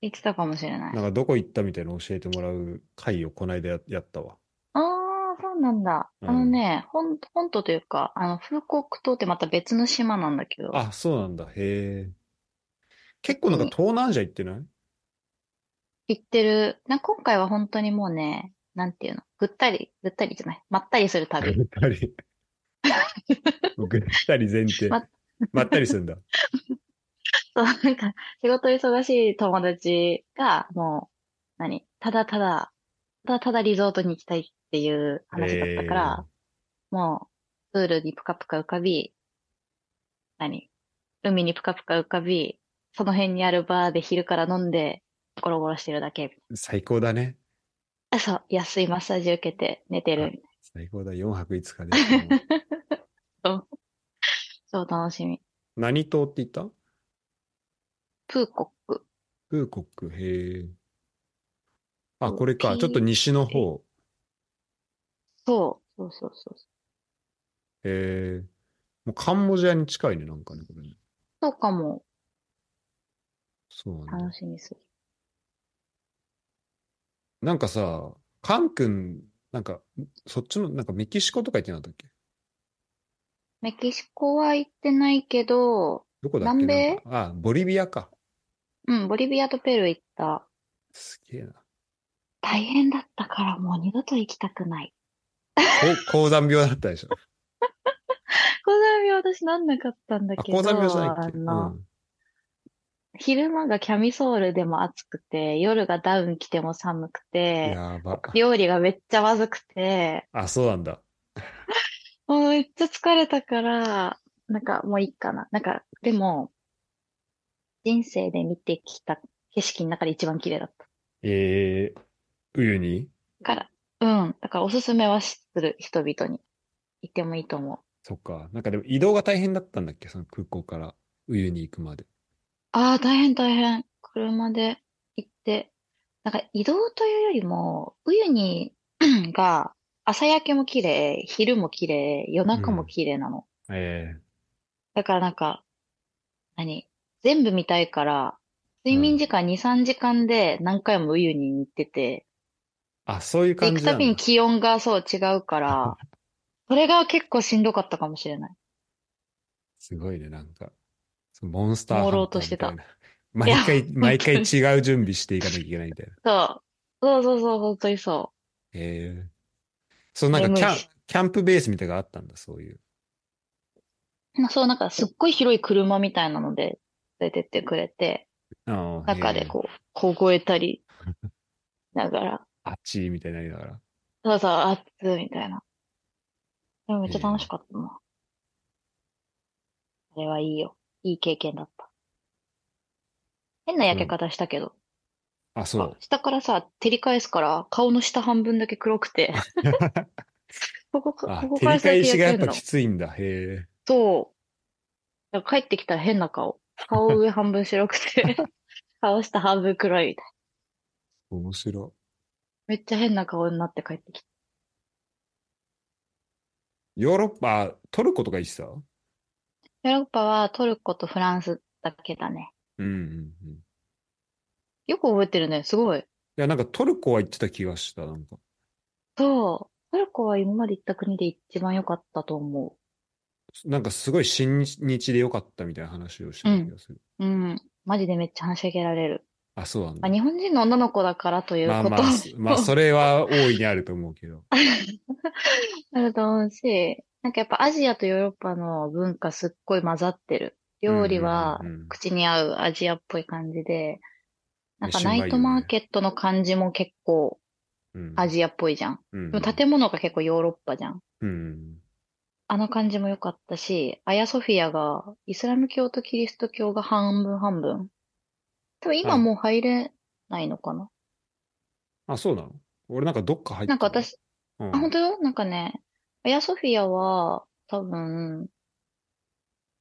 Speaker 1: 行ってたかもしれない。
Speaker 2: なんかどこ行ったみたいなの教えてもらう回をこないだややったわ。
Speaker 1: ああ、そうなんだ。
Speaker 2: う
Speaker 1: あ
Speaker 2: ん
Speaker 1: のね、本、本島というか、あの、フーコック島ってまた別の島なんだけど、
Speaker 2: あ、そうなんだ。へえ。結構なんか東南アジア行ってない
Speaker 1: 行ってる、な、今回は本当にもうね、なんていうの、ぐったり、ぐったりじゃない、まったりする 旅。
Speaker 2: ぐった り。ぐったり前提。
Speaker 1: ま
Speaker 2: まったりするんだ。
Speaker 1: そう、なんか、仕事忙しい友達が、もう、何ただただ、ただただリゾートに行きたいっていう話だったから、もう、プールにぷかぷか浮かび、何海にぷかぷか浮かび、その辺にあるバーで昼から飲んで、ゴロゴロしてるだけ。
Speaker 2: 最高だね。
Speaker 1: あ、そう、安いマッサージ受けて寝てる。
Speaker 2: 最高だ。4泊5 日で。
Speaker 1: そう、楽しみ。
Speaker 2: 何島って言った
Speaker 1: プーコック。
Speaker 2: プーコック。へえ。あ、
Speaker 1: そう
Speaker 2: これか。
Speaker 1: ピー
Speaker 2: ちょっと西の方。
Speaker 1: そう、そうそうそう。
Speaker 2: へえ。もうカンボジアに近いね。なんかね、これね。
Speaker 1: そうかも、
Speaker 2: そうなんだ
Speaker 1: 楽。しみすぎ。
Speaker 2: なんかさ、カン君、なんか、そっちの、なんかメキシコとか行ってなかったっけ
Speaker 1: メキシコは行ってないけど、
Speaker 2: どこだっけ
Speaker 1: 南米
Speaker 2: なんかあ、ボリビアか。
Speaker 1: うん、ボリビアとペルー行った。
Speaker 2: すげえな。
Speaker 1: 大変だったからもう二度と行きたくない。
Speaker 2: こ高山病だったでしょ。
Speaker 1: 高山病私なんなかったんだ
Speaker 2: あ、
Speaker 1: けど、
Speaker 2: 高山病じゃないっけ
Speaker 1: あ
Speaker 2: う
Speaker 1: の、
Speaker 2: ん。
Speaker 1: 昼間がキャミソールでも暑くて、夜がダウン着ても寒くて、
Speaker 2: やば。
Speaker 1: 料理がめっちゃまずくて、
Speaker 2: あ、そうなんだ。
Speaker 1: もうめっちゃ疲れたから、なんかもういいかな。なんか、でも、人生で見てきた景色の中で一番綺麗だった
Speaker 2: えー、冬に
Speaker 1: から、うん。だからおすすめはする、人々に。行ってもいいと思う。
Speaker 2: そっか。なんかでも移動が大変だったんだっけその空港から冬に行くまで。
Speaker 1: ああ、大変大変。車で行って。なんか移動というよりも、ウユニ が朝焼けも綺麗、昼も綺麗、夜中も綺麗なの。
Speaker 2: え
Speaker 1: だからなんか、何全部見たいから、睡眠時間2、3時間で何回もウユニに行ってて、
Speaker 2: ー、あ、そういう
Speaker 1: で、
Speaker 2: 感
Speaker 1: 行
Speaker 2: じ
Speaker 1: く
Speaker 2: な
Speaker 1: た
Speaker 2: ん
Speaker 1: び
Speaker 2: だ
Speaker 1: に。気温がそう違う から、それが結構しんどかったかもしれない。
Speaker 2: すごいね、なんか。そのモンスターハンター
Speaker 1: 朦朧としてた
Speaker 2: みいな。毎回、毎回
Speaker 1: 本
Speaker 2: 違う準備していかなきゃいけないみたいな。
Speaker 1: そう。そうそうそう、本当にそ
Speaker 2: ええそう、なんかキャ
Speaker 1: 眠
Speaker 2: ン
Speaker 1: いし、
Speaker 2: キャンプベースみたいなのがあったんだ、そういう。
Speaker 1: う。そう、なんかすっごい広い車みたいなので連れてってくれて、
Speaker 2: ああ、
Speaker 1: 中で
Speaker 2: う。
Speaker 1: こう、凍えたりながら、
Speaker 2: あっちーみたいになりながら。
Speaker 1: そうそう、熱っみたいな。でもめっちゃ楽しかったな。あれはいいよ。いい経験だった。変な焼け方したけど、
Speaker 2: あ、そ
Speaker 1: あ下からさ、照り返すから、顔の下半分だけ黒く て、
Speaker 2: う。
Speaker 1: ここか、
Speaker 2: あ、
Speaker 1: ここか
Speaker 2: 照
Speaker 1: ら
Speaker 2: り返し
Speaker 1: 先
Speaker 2: がや
Speaker 1: 焼ける
Speaker 2: っぱ
Speaker 1: の
Speaker 2: き。ついんだ。へえ。
Speaker 1: そう。だから帰ってきたら変な顔。顔上半分白く て、顔下半分黒いみたいな。
Speaker 2: 面白
Speaker 1: めっちゃ変な顔になって帰ってきた。
Speaker 2: い。ヨーロッパ、あトルコとか行ってたうん
Speaker 1: ヨーロッパはトルコとフランスだけだね。
Speaker 2: うんうん。い
Speaker 1: よく覚えてるね。すごい。
Speaker 2: や、なんかトルコは行ってた気がした。なんか。
Speaker 1: そう。トルコは今まで行った国で一番良かったと思
Speaker 2: なんかすごい親日で良かったみたいな話をしてた気がする。
Speaker 1: う。うん。マジでめっちゃ話し上げられる。
Speaker 2: あ、そうなん
Speaker 1: ま
Speaker 2: だ
Speaker 1: あ、。日本人の女の子だからという
Speaker 2: まあ
Speaker 1: こと
Speaker 2: まあ、そまあ、それは大いにあると思うけど。
Speaker 1: あると思うし、なんかやっぱアジアとヨーロッパの文化すっごい混ざってる。 料理は
Speaker 2: うんうんうんうん
Speaker 1: 口に合うアジアっぽい感じで、なんか
Speaker 2: 飯うま
Speaker 1: ナ
Speaker 2: い
Speaker 1: イ
Speaker 2: よね
Speaker 1: トマーケットの感じも結構
Speaker 2: うん、
Speaker 1: アジアっぽいじゃん。
Speaker 2: うん、
Speaker 1: でも建物が結構ヨーロッパじゃん。
Speaker 2: うん。
Speaker 1: あの感じも良かったし、アヤソフィアがイスラム教とキリスト教が半分半分。多分今
Speaker 2: はい
Speaker 1: もう入れないのかな。
Speaker 2: あ、そうなの俺なんかどっか入って
Speaker 1: なんか私、
Speaker 2: うん、
Speaker 1: あ、本当なんかね、アヤソフィアは、多分、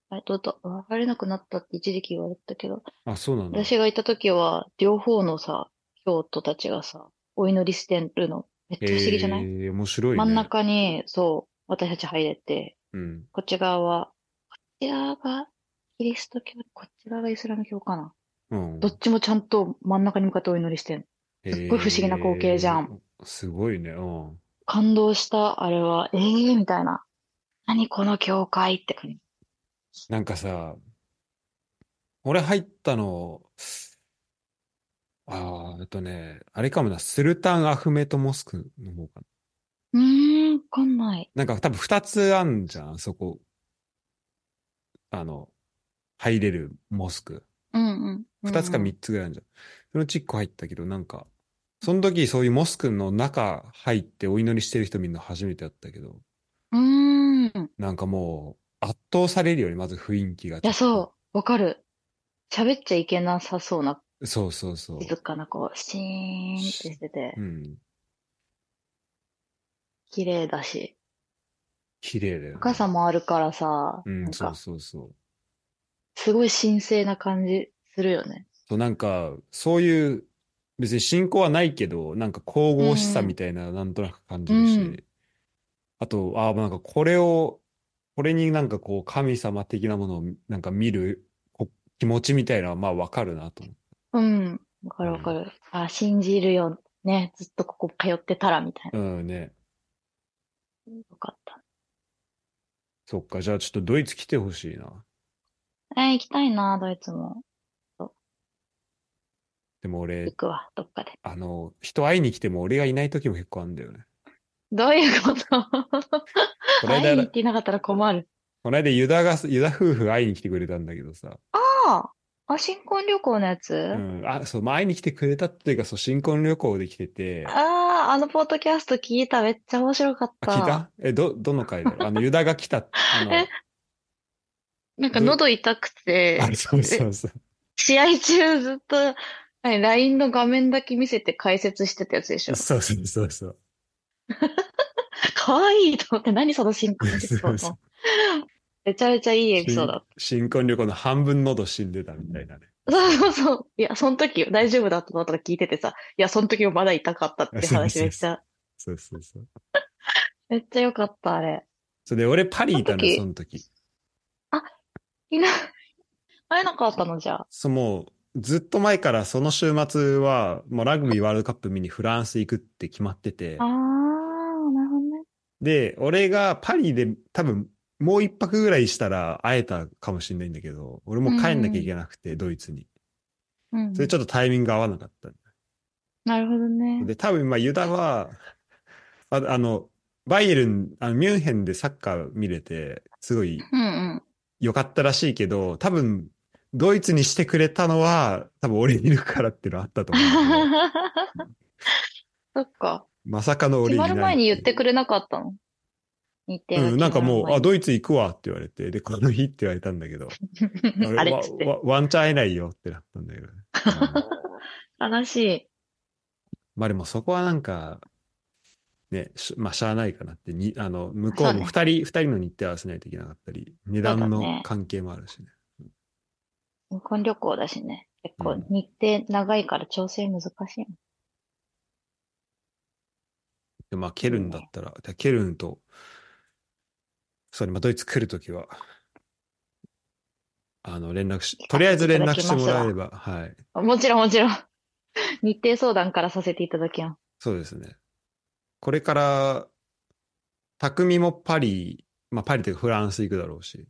Speaker 1: あれ、どうだ、入れなくなったって一時期言われたけど、
Speaker 2: あ、そうなんだ。
Speaker 1: 私がいた時は、両方のさ、教徒たちがさ、お祈りしてるの、めっちゃ不思議じゃない
Speaker 2: えー、面白い、ね。
Speaker 1: 真ん。中に、そう、私たち入れて、
Speaker 2: うん。
Speaker 1: こっち側は、こっち側がキリスト教、こっち側がイスラム教かな。
Speaker 2: うん。
Speaker 1: どっちもちゃんと真ん中に向かってお祈りしてんの
Speaker 2: す
Speaker 1: っごい不思議な光景じゃん。
Speaker 2: すごいね。うん。
Speaker 1: 感動した、あれは、ええー、みたいな。何この教会って感じ。
Speaker 2: なんかさ、俺入ったの、ああ、えっとね、あれかもな、スルタン・アフメト・モスクの方か
Speaker 1: うーん、わかんない。
Speaker 2: な。なんか多分二つあんじゃん、そこ。あの、入れるモスク。
Speaker 1: うんうん。
Speaker 2: 二つか三つぐらいあるじゃん。そのうち一個入ったけど、なんか、その時そういうモスクの中入ってお祈りしてる人見るの初めてだったけど、
Speaker 1: うん。うーん。い
Speaker 2: なんかもう圧倒されるよね、まず雰囲気が。
Speaker 1: や、そう、わかる。喋っちゃいけなさそうな、
Speaker 2: う。そうそうそう。
Speaker 1: 静かな、こう、シーンってしてて
Speaker 2: う、ん。
Speaker 1: 綺麗だし。
Speaker 2: 綺麗だよね。
Speaker 1: 深さもあるからさ、
Speaker 2: うん、
Speaker 1: なん
Speaker 2: そう
Speaker 1: か、
Speaker 2: そうそう。
Speaker 1: すごい神聖な感じするよね。
Speaker 2: そう、なんか、そういう、別に信仰はないけど、なんか神々しさみたいな、なんとなく感じる
Speaker 1: う
Speaker 2: し、
Speaker 1: ん
Speaker 2: あと、ああ、なんかこれを、これになんかこう、神様的なものをなんか見るこ気持ちみたいなのは、まあわかるなと思う。
Speaker 1: うん。わかるわかる。あ、信じるよ。ね、ずっとここ通ってたら、みたいな。
Speaker 2: うんね。
Speaker 1: よかった。
Speaker 2: そっか、じゃあちょっとドイツ来てほしいな。
Speaker 1: えー、行きたいな、ドイツも。
Speaker 2: でも
Speaker 1: 行
Speaker 2: 俺、
Speaker 1: くわ、どっかで。
Speaker 2: あの、人会いに来ても俺がいない時も結構あるんだよね。
Speaker 1: どういう こと
Speaker 2: この
Speaker 1: 会いに行
Speaker 2: 間
Speaker 1: っ、ていなかったら困る。
Speaker 2: この間ユダが、ユダ夫婦会いに来てくれたんだけどさ。
Speaker 1: ああ、あ、新婚旅行のやつ
Speaker 2: うん。あ、そう、まあ会いに来てくれたっていうか、そう、新婚旅行で来てて。
Speaker 1: ああ、あのポッドキャスト聞いた。めっちゃ面白かっ
Speaker 2: あ、
Speaker 1: た。
Speaker 2: 聞いたえ、ど、どの回だ ろうあの、ユダが来た、あの、
Speaker 1: えなんか喉痛くて、
Speaker 2: あ、そうそうそう。
Speaker 1: 試合中ずっと、何 LINE の画面だけ見せて解説してたやつでしょ。
Speaker 2: そうそうそうそう。
Speaker 1: かわいいと思って、何その新婚旅行
Speaker 2: そうそう
Speaker 1: の。めちゃめちゃいいエピソードだっ
Speaker 2: 新婚旅行の半分喉死んでたみたいなね。
Speaker 1: た。そうそうそう。いや、その時大丈夫だったのとか聞いててさ、いや、その時もまだ痛かったって話めっちゃ、
Speaker 2: そうそうそう。
Speaker 1: めっちゃよかった、あれ。
Speaker 2: それで、俺パリいたのよ、
Speaker 1: そ
Speaker 2: その時。
Speaker 1: いな、 会えなかったのじゃあ。
Speaker 2: そう、もう、ずっと前からその週末は、もうラグビーワールドカップ見にフランス行くって決まってて
Speaker 1: あ、あ、なるほどね。
Speaker 2: で、俺がパリで多分、もう一泊ぐらいしたら会えたかもしれないんだけど、俺もう帰んなきゃいけなくて、ドイツに。
Speaker 1: うん。
Speaker 2: それちょっとタイミング合わなかった。
Speaker 1: なるほどね。
Speaker 2: で、多分、まあ、ユダ は、ああの、バイエルン、あのミュンヘンでサッカー見れて、すごい
Speaker 1: うんうん。
Speaker 2: 良かったらしいけど、多分、ドイツにしてくれたのは、多分俺いるからっていうのあったと思うん だけど、
Speaker 1: そっか。
Speaker 2: まさかの
Speaker 1: 決
Speaker 2: 俺い
Speaker 1: ま
Speaker 2: ない
Speaker 1: る前に言ってくれなかったの日程が
Speaker 2: うん、なんかもう、あ、
Speaker 1: ど
Speaker 2: ドイツ行くわって言われて、で、この日って言われたんだけど、
Speaker 1: あれっつって。
Speaker 2: わわワンチャン会えないよってなったんだ けどね。うん
Speaker 1: 悲しい。
Speaker 2: まあでもそこはなんか、ね、しまあしゃあないかなって、にあの、向こ
Speaker 1: そううね
Speaker 2: も二人、二人の日程合わせないといけなかったり、値段の関係もあるしね。
Speaker 1: 新婚旅行だしね。結構
Speaker 2: うん
Speaker 1: 日程長いから調整難しいもん。
Speaker 2: でまあ、ケルンだったら、でケルンと、そうね、まあ、ドイツ来るときは、あの、連絡し、とりあえず連絡してもらえれば、はい。
Speaker 1: もちろんもちろん。 日程相談からさせていただきます。
Speaker 2: そうですね。これから、匠もパリ、まあ、パリというかフランス行くだろうし、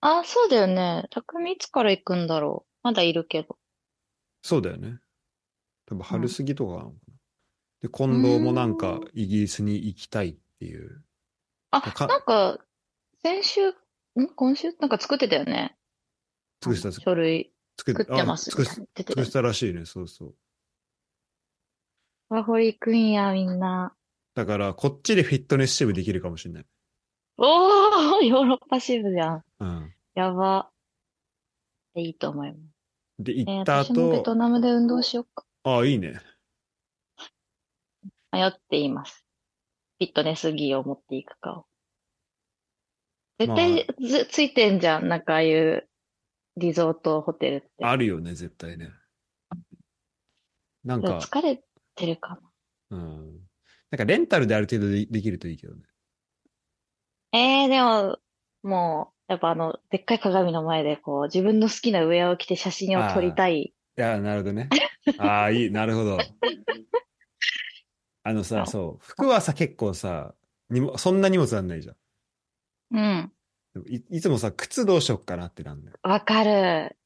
Speaker 1: あ、そうだよね。匠いつから行くんだろう。まだいるけど。
Speaker 2: そうだよね。多分春過ぎとかなのかな。で、近藤もなんか
Speaker 1: うーん
Speaker 2: イギリスに行きたいっていう。
Speaker 1: あ、
Speaker 2: か
Speaker 1: なんか、先週、ん今週なんか作ってたよね。
Speaker 2: 作ってた、
Speaker 1: 書類
Speaker 2: 作
Speaker 1: 作ってます
Speaker 2: あ
Speaker 1: み
Speaker 2: 作
Speaker 1: たいなの出て
Speaker 2: 作
Speaker 1: る
Speaker 2: ってたらしいね、そうそう。
Speaker 1: ワホリ行くんや、みんな。
Speaker 2: だから、こっちでフィットネス支部できるかもしれない。
Speaker 1: おー、ヨーロッパ支部じゃん。
Speaker 2: うん。
Speaker 1: やば。いいと思います。
Speaker 2: で、
Speaker 1: えー
Speaker 2: 行った
Speaker 1: 私もベト
Speaker 2: 後、
Speaker 1: ナムで運動しようか。
Speaker 2: ああ、いいね。
Speaker 1: 迷っています。フィットネス着を持っていくかを。絶対ずついてんじゃん。なんかああいうリゾートホテルって。
Speaker 2: あるよね、絶対ね。なん
Speaker 1: でも
Speaker 2: か、
Speaker 1: 疲れてるか
Speaker 2: うん。なんかレンタルである程度でできるといいけどね。
Speaker 1: な。えー、でも、もう、やっぱあの、でっかい鏡の前でこう、自分の好きなウェアを着て写真を撮りたい。
Speaker 2: いや、なるほどね。 ああ、いい、なるほど。あのさ、そう、服はさ、結構さ、にもそんな荷物あんないじゃん。
Speaker 1: うん。
Speaker 2: でもいいつもさ、靴どうしよっかなってなんだよ。
Speaker 1: わかる。え、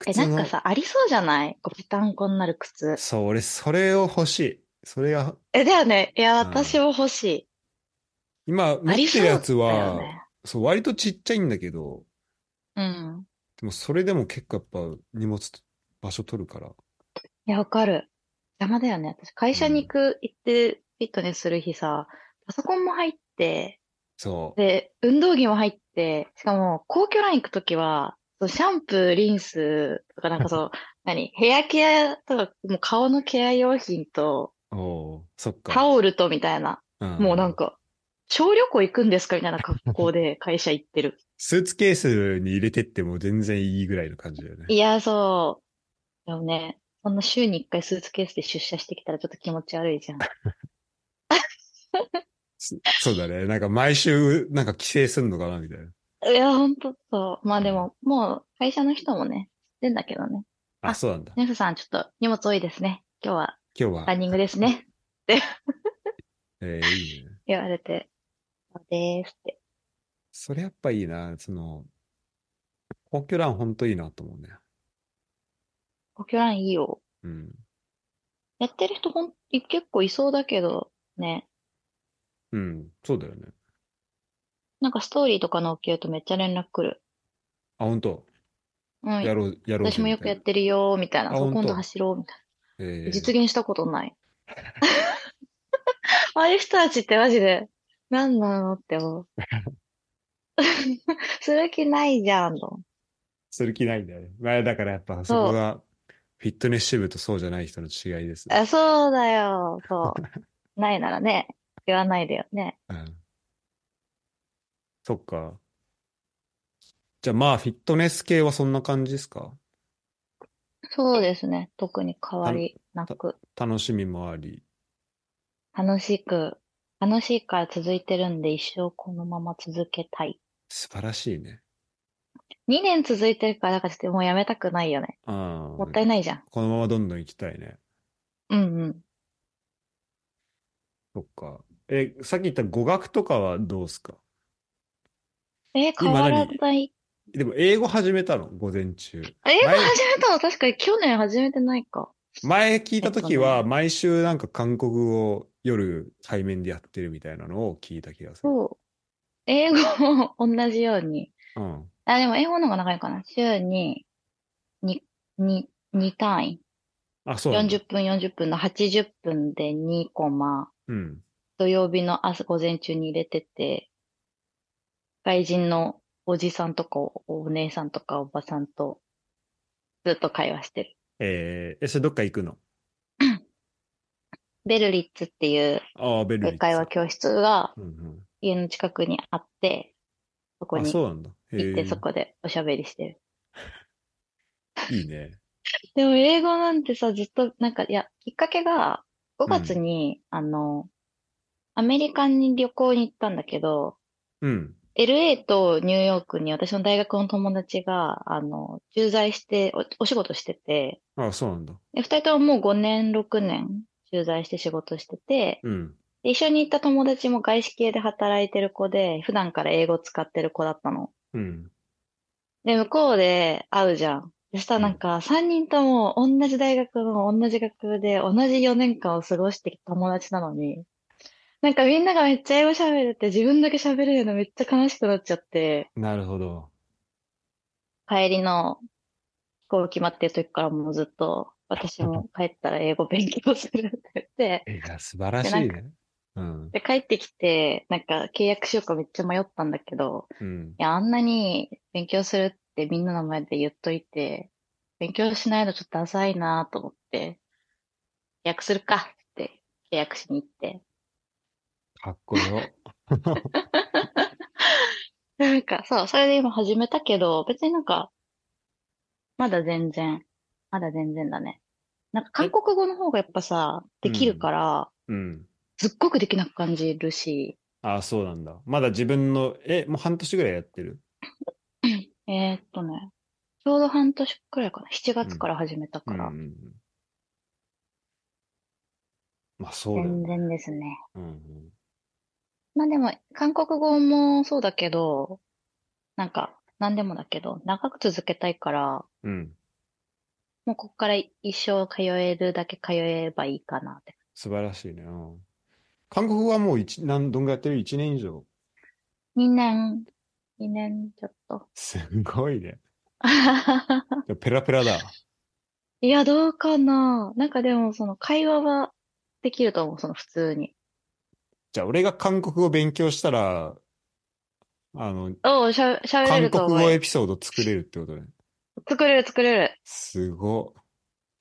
Speaker 2: 靴
Speaker 1: な
Speaker 2: の
Speaker 1: んかさ、ありそうじゃないこう、ぺたんこになる靴。
Speaker 2: そう、俺、それを欲しい。それが、
Speaker 1: え、だよね。いや、
Speaker 2: うん
Speaker 1: 私も欲しい。
Speaker 2: 今、持
Speaker 1: あ
Speaker 2: っ
Speaker 1: り
Speaker 2: てるやつ
Speaker 1: そうだ
Speaker 2: は、
Speaker 1: よね。
Speaker 2: そう、割とちっちゃいんだけど、
Speaker 1: うん。
Speaker 2: でも、それでも結構やっぱ、荷物と、場所取るから。
Speaker 1: いや、わかる。邪魔だよね。私、会社に行く、行って、フィットネスする日さ、パソコンも入って、
Speaker 2: そう。
Speaker 1: で、運動着も入って、しかも、皇居ライン行くときは、そうシャンプー、リンスとか、なんか そう、何、ヘアケアとか、もう顔のケア用品と、
Speaker 2: おおそっか。
Speaker 1: タオルとみたいな、もうなん
Speaker 2: か。
Speaker 1: か、小旅行行くんですかみたいな格好 で会社行ってる。
Speaker 2: スーツケースに入れてっても全然いいぐらいの感じだよね。
Speaker 1: いや、そう。でもね、そんな週に一回スーツケースで出社してきたらちょっと気持ち悪いじゃん。
Speaker 2: そ そうだね。なんか毎週、なんか帰省すんのかなみたいな。
Speaker 1: いや、ほんとそう。まあでも、もう会社の人もね、知ってんだけどね。
Speaker 2: あ、
Speaker 1: あ
Speaker 2: そうなんだ。
Speaker 1: ネフさん、ちょっと荷物多いですね。今日は
Speaker 2: 今日は。
Speaker 1: ランニングですね。
Speaker 2: えーいいね。
Speaker 1: 言われて、そうですって。
Speaker 2: それやっぱいいな。その、皇居ランほんといいなと思うね。
Speaker 1: 国境ラインいいよ。
Speaker 2: うん。
Speaker 1: やってる人ほん、結構いそうだけど、ね。
Speaker 2: うん。そうだよね。
Speaker 1: なんかストーリーとかの起きるとめっちゃ連絡来る。
Speaker 2: あ、ほんと。
Speaker 1: うん。
Speaker 2: やろう、やろうぜ。
Speaker 1: 私もよくやっ
Speaker 2: み
Speaker 1: てるよ、みたいな。
Speaker 2: あ
Speaker 1: そう
Speaker 2: ほんと
Speaker 1: 今度走ろう、みたい
Speaker 2: たいな。え
Speaker 1: な。
Speaker 2: ー
Speaker 1: 実現したことない。 ああいう人たちってマジで、なんなのって思 う。 する気ないじゃん、と思って
Speaker 2: する気ないんだよね。まあだからやっぱそこが、フィットネス支部とそうじゃない人の違いですね。
Speaker 1: あ、そうだよ、そう。 ないならね、言わないでよね。
Speaker 2: うん。そっか。じゃあまあ、フィットネス系はそんな感じですか
Speaker 1: そうですね。特に変わりなく、
Speaker 2: 楽しみもあり。
Speaker 1: 楽しく、楽しいから続いてるんで、一生このまま続けたい。
Speaker 2: 素晴らしいね。
Speaker 1: 2年続いてるから、なんかちょっともうやめたくないよね。
Speaker 2: あ
Speaker 1: もったいないじゃん。
Speaker 2: このままどんどん行きたいね。
Speaker 1: うんうん。
Speaker 2: そっか。え、さっき言った語学とかはどうすか
Speaker 1: えー変わらない。
Speaker 2: でも英語始めたの午前中。
Speaker 1: 英語
Speaker 2: 前
Speaker 1: 始めたの確かに去年始めてないか。
Speaker 2: 前聞いた時
Speaker 1: えっ
Speaker 2: は
Speaker 1: と
Speaker 2: 毎週なんか韓国語を夜対面でやってるみたいなのを聞いた気がする。
Speaker 1: そう。英語も同じように
Speaker 2: うん。
Speaker 1: あ、でも英語の方が長いかな。週に、に、に、2単位。
Speaker 2: あ、そうなんだ。
Speaker 1: 40分40分の80分で2コマ。
Speaker 2: うん。
Speaker 1: 土曜日の朝午前中に入れてて、外人のおじさんとかお姉さんとかおばさんとずっと会話してる。
Speaker 2: えー、え、それどっか行くの
Speaker 1: ベルリッツっていう
Speaker 2: ああ、ベルリ
Speaker 1: 英
Speaker 2: ッツ。
Speaker 1: 会話教室が
Speaker 2: うんうん。
Speaker 1: 家の近くにあって、そこ
Speaker 2: あ、
Speaker 1: に
Speaker 2: そうなんだ。へ
Speaker 1: 行って
Speaker 2: え
Speaker 1: そこでおしゃべりしてる。
Speaker 2: いいね。
Speaker 1: でも英語なんてさ、ずっとなんか、いや、きっかけが5月に、あの、アメリカに旅行に行ったんだけど、
Speaker 2: うん。
Speaker 1: LA とニューヨークに私の大学の友達が、あの、駐在してお、お仕事してて、
Speaker 2: あそうなんだ。
Speaker 1: で二人とももう5年、6年駐在して仕事してて、
Speaker 2: うん。
Speaker 1: で一緒に行った友達も外資系で働いてる子で、普段から英語使ってる子だったの。
Speaker 2: うん。
Speaker 1: で、向こうで会うじゃん。そしたらなんか、3人とも同じ大学の同じ学部で同じ4年間を過ごしてきた友達なのに、なんかみんながめっちゃ英語喋るって自分だけ喋れるのめっちゃ悲しくなっちゃって、
Speaker 2: なるほど。
Speaker 1: 帰りの飛行機待ってる時からもうずっと、私も帰ったら英語勉強するって言って、
Speaker 2: いや、素晴らしいね。うん。
Speaker 1: で、帰ってきて、なんか契約しようかめっちゃ迷ったんだけど、
Speaker 2: うん。
Speaker 1: いや、あんなに勉強するってみんなの前で言っといて、勉強しないのちょっとダサいなと思って、契約するかって契約しに行って、
Speaker 2: かっこよ。
Speaker 1: なんかそう、それで今始めたけど、別になんか、まだ全然、まだ全然だね。なんか韓国語の方がやっぱさ、できるから、
Speaker 2: うん。
Speaker 1: すっごくできなく感じるし、
Speaker 2: あそうなんだ。まだ自分の、え、もう半年ぐらいやってる
Speaker 1: えーっとね、ちょうど半年くらいかな。7月から始めたから
Speaker 2: うん、うんうん。まあ、そうだよ
Speaker 1: 全
Speaker 2: ね。
Speaker 1: 然ですね。
Speaker 2: うん
Speaker 1: まあでも、韓国語もそうだけど、なんか、なんでもだけど、長く続けたいから、
Speaker 2: うん。うん。
Speaker 1: もうここから一生通えるだけ通えばいいかなって。
Speaker 2: 素晴らしいね。うん韓国語はもう一、なん、どんぐらいやってる ?1 年以上。
Speaker 1: 2年、2年ちょっと。
Speaker 2: すごいね。でもペラペラだ。
Speaker 1: いや、どうかな。なんかでも、その会話はできると思う、その普通に。
Speaker 2: じゃあ、俺が韓国語勉強したら、あの、
Speaker 1: おう、しゃ、喋れ
Speaker 2: 韓
Speaker 1: ると
Speaker 2: 国
Speaker 1: 思う
Speaker 2: 語エ
Speaker 1: よ。
Speaker 2: ピソード作れるってことね。
Speaker 1: 作れる、作れる。
Speaker 2: すご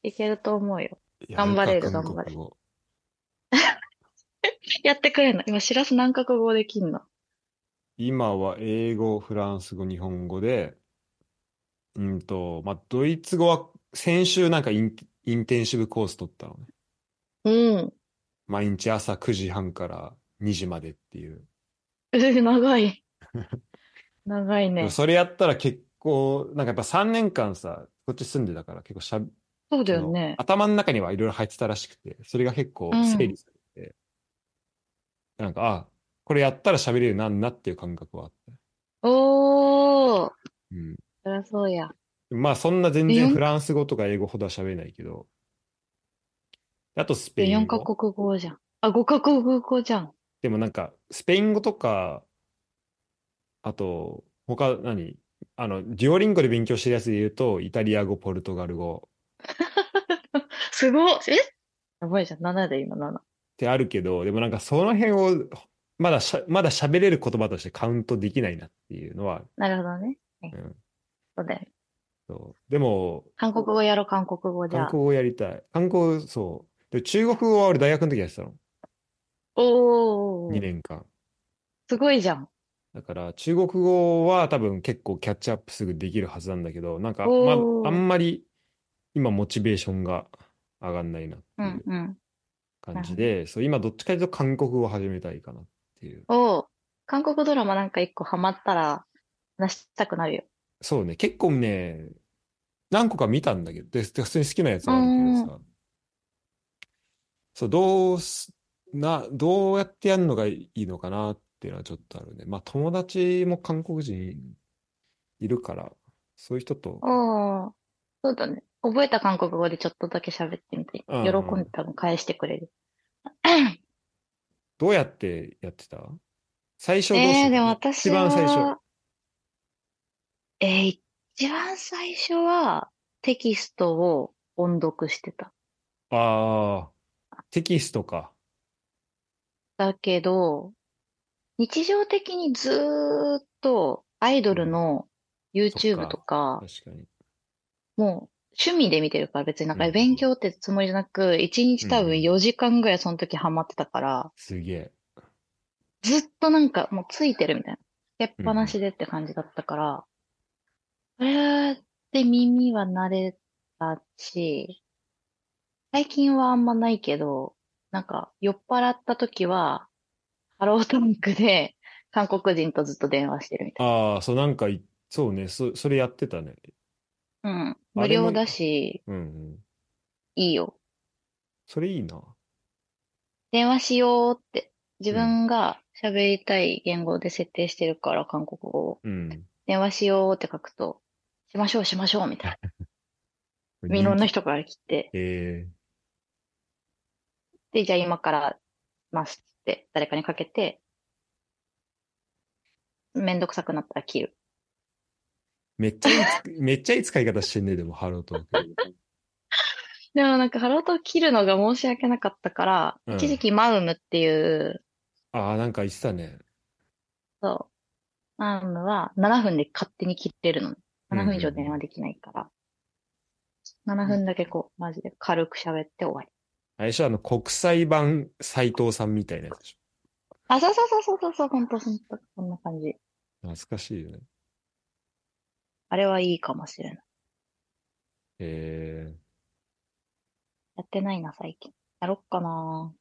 Speaker 1: いけると思うよ。
Speaker 2: い。や
Speaker 1: 頑張れる
Speaker 2: か韓
Speaker 1: 頑張れ
Speaker 2: 国語
Speaker 1: やってくれんの。今、しらす何カ国語できんの。
Speaker 2: 今は英語、フランス語、日本語で、うんと、まあ、ドイツ語は先週なんかイン、インテンシブコース取ったのね。
Speaker 1: うん。
Speaker 2: 毎日朝9時半から2時までっていう。
Speaker 1: え、 長 い。長いね。
Speaker 2: それやったら結構、なんかやっぱ3年間さ、こっち住んでたから結構しゃべ、
Speaker 1: そうだよ
Speaker 2: その
Speaker 1: ね。
Speaker 2: 頭の中にはいろいろ入ってたらしくて、それが結構整理されて、なんか、あ、これやったら喋れるようになるなっていう感覚はあった。
Speaker 1: おー、
Speaker 2: うん。
Speaker 1: そりゃそうや。
Speaker 2: まあそんな全
Speaker 1: え
Speaker 2: 然フランス語とか英語ほどは喋れないけど、あとスペ
Speaker 1: で、
Speaker 2: イン
Speaker 1: 4カ
Speaker 2: 語。
Speaker 1: 国語じゃん。あ、5カ国語じゃん。
Speaker 2: でもなんか、スペイン語とか、あと、他何あの、デュオリンゴで勉強してるやつで言うと、イタリア語、ポルトガル語
Speaker 1: すごっ。えやばいじゃん。7で今7。
Speaker 2: ってあるけど、でもなんかその辺を、まだしゃ、まだ喋れる言葉としてカウントできないなっていうのは、
Speaker 1: なるほどね。
Speaker 2: うん
Speaker 1: そうだよ。
Speaker 2: そう。でも、
Speaker 1: 韓国語やろ、韓国語じゃ
Speaker 2: 韓国語やりたい。韓国語、そう。で中国語は俺大学の時やってたの。
Speaker 1: お
Speaker 2: 2
Speaker 1: ー、
Speaker 2: 年間。
Speaker 1: すごいじゃん。
Speaker 2: だから、中国語は多分結構キャッチアップすぐできるはずなんだけど、なんか、ま
Speaker 1: おー
Speaker 2: あんまり今モチベーションが上がんないなって
Speaker 1: う
Speaker 2: い
Speaker 1: ん
Speaker 2: う
Speaker 1: うん。
Speaker 2: 感じで、そう、今どっちかというと韓国語を始めたいかなっていう。
Speaker 1: おー、韓国ドラマなんか1個ハマったら話したくなるよ。
Speaker 2: そうね、結構ね、何個か見たんだけど、で、で普通に好きなやつはあるけどさ、そう、どうす、な、どうやってやるのがいいのかなっていうのはちょっとあるね。まあ、友達も韓国人いるから、そういう人と、
Speaker 1: おー、そうだね。覚えた韓国語でちょっとだけ喋ってみて。
Speaker 2: う
Speaker 1: 喜
Speaker 2: ん
Speaker 1: ん
Speaker 2: うん
Speaker 1: で多分返してくれる。
Speaker 2: どうやってやってた最初どう
Speaker 1: ええ
Speaker 2: してた
Speaker 1: ー、でも
Speaker 2: 一番最
Speaker 1: 私
Speaker 2: 初。
Speaker 1: はえー一番最初はテキストを音読してた。
Speaker 2: ああ、テキストか。
Speaker 1: だけど、日常的にずーっとアイドルの YouTube とか、
Speaker 2: 確かに。
Speaker 1: もう趣味で見てるから別になんか
Speaker 2: うん
Speaker 1: 勉強ってつもりじゃなく、1日多分4時間ぐらいその時ハマってたから、
Speaker 2: すげえ。
Speaker 1: ずっとなんかもうついてるみたいな。つけっぱなしでって感じだったから、それで耳は慣れたし、最近はあんまないけど、なんか酔っ払った時は、ハロートンクで韓国人とずっと電話してるみたい
Speaker 2: ああ、そう、なんかい、そうね、そ、それやってたね。
Speaker 1: な。うん。
Speaker 2: も
Speaker 1: 無料だし、
Speaker 2: うんうん。
Speaker 1: いいよ。
Speaker 2: それいいな。
Speaker 1: 電話しようって。自分が喋りたい言語で設定してるから、韓国語を。
Speaker 2: うん。
Speaker 1: 電話しようって書くと、しましょう、しましょう、みたいな。いろんな人から来て、
Speaker 2: ええ
Speaker 1: で、じゃあ今からしますって誰かにかけて、めんどくさくなったら切る。
Speaker 2: めっちゃいいつ、 めっちゃいい使い方してんね、でも、ハロートーク。
Speaker 1: でもなんかハロートを切るのが申し訳なかったから、
Speaker 2: うん
Speaker 1: 一時期マウムっていう、
Speaker 2: ああ、なんか言ってたね。
Speaker 1: そう、マウムは7分で勝手に切ってるの。7分以上電話できないから。7分だけこう、マジで軽く喋って終わり。
Speaker 2: あれでしょ、あの、国際版斎藤さんみたいなやつでし
Speaker 1: あ、そうそうそうそうそうそう、ほんとほんと、そんな感じ。
Speaker 2: ょ。懐かしいよね。
Speaker 1: あれはいいかもしれない。
Speaker 2: ええ
Speaker 1: やってないな、最近。やろっかな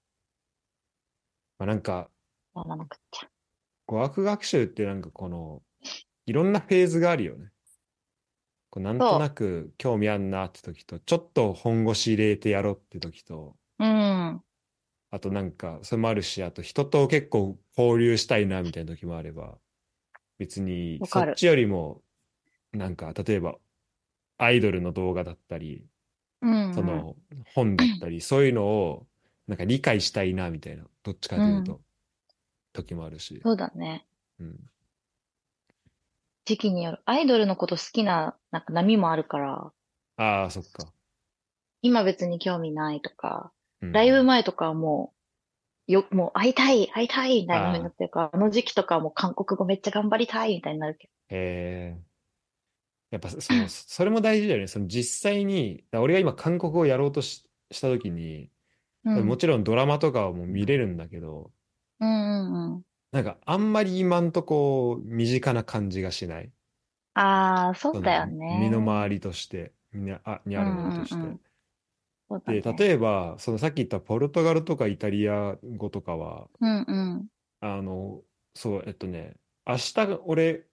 Speaker 2: まあ、なんか、
Speaker 1: やらなくっちゃ。
Speaker 2: 語学学習ってなんかこの、いろんなフェーズがあるよね。こうなんとなく興味あんなって時と、ちょっと本腰入れてやろうって時と、
Speaker 1: うん。
Speaker 2: あとなんか、それもあるし、あと人と結構交流したいなみたいな時もあれば、別に
Speaker 1: わ
Speaker 2: そ
Speaker 1: かる
Speaker 2: っちよりも、なんか、例えば、アイドルの動画だったり、
Speaker 1: うんうん
Speaker 2: その本だったり、そういうのを、なんか理解したいなみたいな、どっちかというと、時もあるし。
Speaker 1: そうだね。
Speaker 2: うん
Speaker 1: 時期による。アイドルのこと好きな、なんか波もあるから、
Speaker 2: ああ、そっか。
Speaker 1: 今別に興味ないとか、
Speaker 2: うん
Speaker 1: ライブ前とかはもう、よ、もう会いたい、会いたいみたいな風になってるから、あの時期とかはもう韓国語めっちゃ頑張りたいみたいになるけ
Speaker 2: へえ。やっぱその、それも大事だよね。その実際に、だから俺が今韓国語をやろうとし、した時に、
Speaker 1: ど。うん。
Speaker 2: もちろんドラマとかはもう見れるんだけど、
Speaker 1: うんうんうん。
Speaker 2: なんかあんまり今んとこ身近な感じがしない。
Speaker 1: ああ、そうだよ
Speaker 2: その
Speaker 1: ね。
Speaker 2: 身の回りとして、みんな、あ、にあるものとして。
Speaker 1: うんうんうんそうだ
Speaker 2: で、
Speaker 1: ね。
Speaker 2: 例えば、そのさっき言ったポルトガルとかイタリア語とかは、
Speaker 1: うんうん。
Speaker 2: あの、そう、えっとね、明日、俺、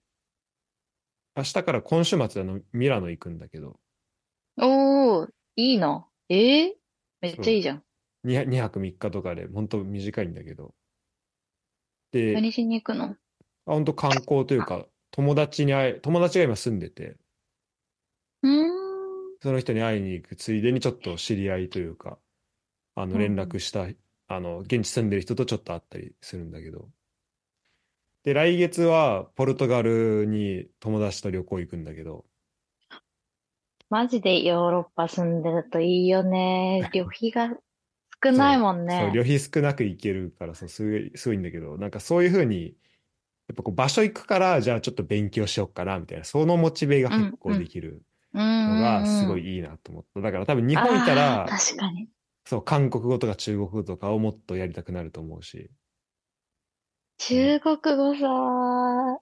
Speaker 2: 明日から今週末、あの、ミラノ行くんだけど、
Speaker 1: おー、いいな。ええめっちゃいいじゃん。
Speaker 2: 2, 2泊3日とかで、本当短いんだけど。で、
Speaker 1: 何しに行くの
Speaker 2: あ本当観光というか、友達に会え、友達が今住んでて、
Speaker 1: うーん。
Speaker 2: その人に会いに行くついでにちょっと知り合いというか、あ
Speaker 1: う
Speaker 2: の、
Speaker 1: ん
Speaker 2: 連絡した、あの、現地住んでる人とちょっと会ったりするんだけど。で、来月はポルトガルに友達と旅行行くんだけど、
Speaker 1: マジでヨーロッパ住んでるといいよね。旅費が少ないもん
Speaker 2: そう、
Speaker 1: ね。
Speaker 2: 旅費少なく行けるから、そう、すごい、すごいんだけど、なんかそういうふうに、やっぱこう場所行くから、じゃあちょっと勉強しよっかな、みたいな、そのモチベが結構できる
Speaker 1: うん
Speaker 2: の
Speaker 1: うんう
Speaker 2: が
Speaker 1: ん
Speaker 2: すごいいいなと思った。だから多分日本いたら
Speaker 1: あ、ー確かに。
Speaker 2: そう、韓国語とか中国語とかをもっとやりたくなると思うし。
Speaker 1: 中国語さ、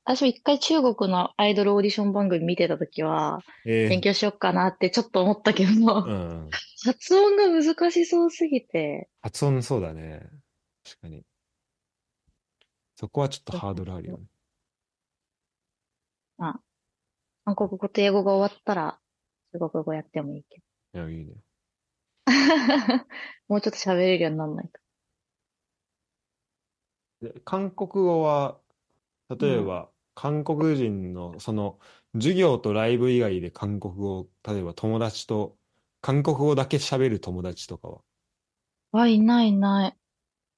Speaker 1: 私も一回中国のアイドルオーディション番組見てたときは、
Speaker 2: えー
Speaker 1: 勉強しよっかなってちょっと思ったけど、
Speaker 2: うん。
Speaker 1: 発音が難しそうすぎて、
Speaker 2: 発音そうだね。確かに。そこはちょっとハードルあるよね。
Speaker 1: 韓国語と英語が終わったら、中国語やってもいいけ
Speaker 2: いや、いいね。
Speaker 1: ど。 もうちょっと喋れるようにならないと。
Speaker 2: で韓国語は、例えば、韓国人の、その、授業とライブ以外で韓国語を、例えば友達と、韓国語だけ喋る友達とかは。
Speaker 1: わ、いないいない。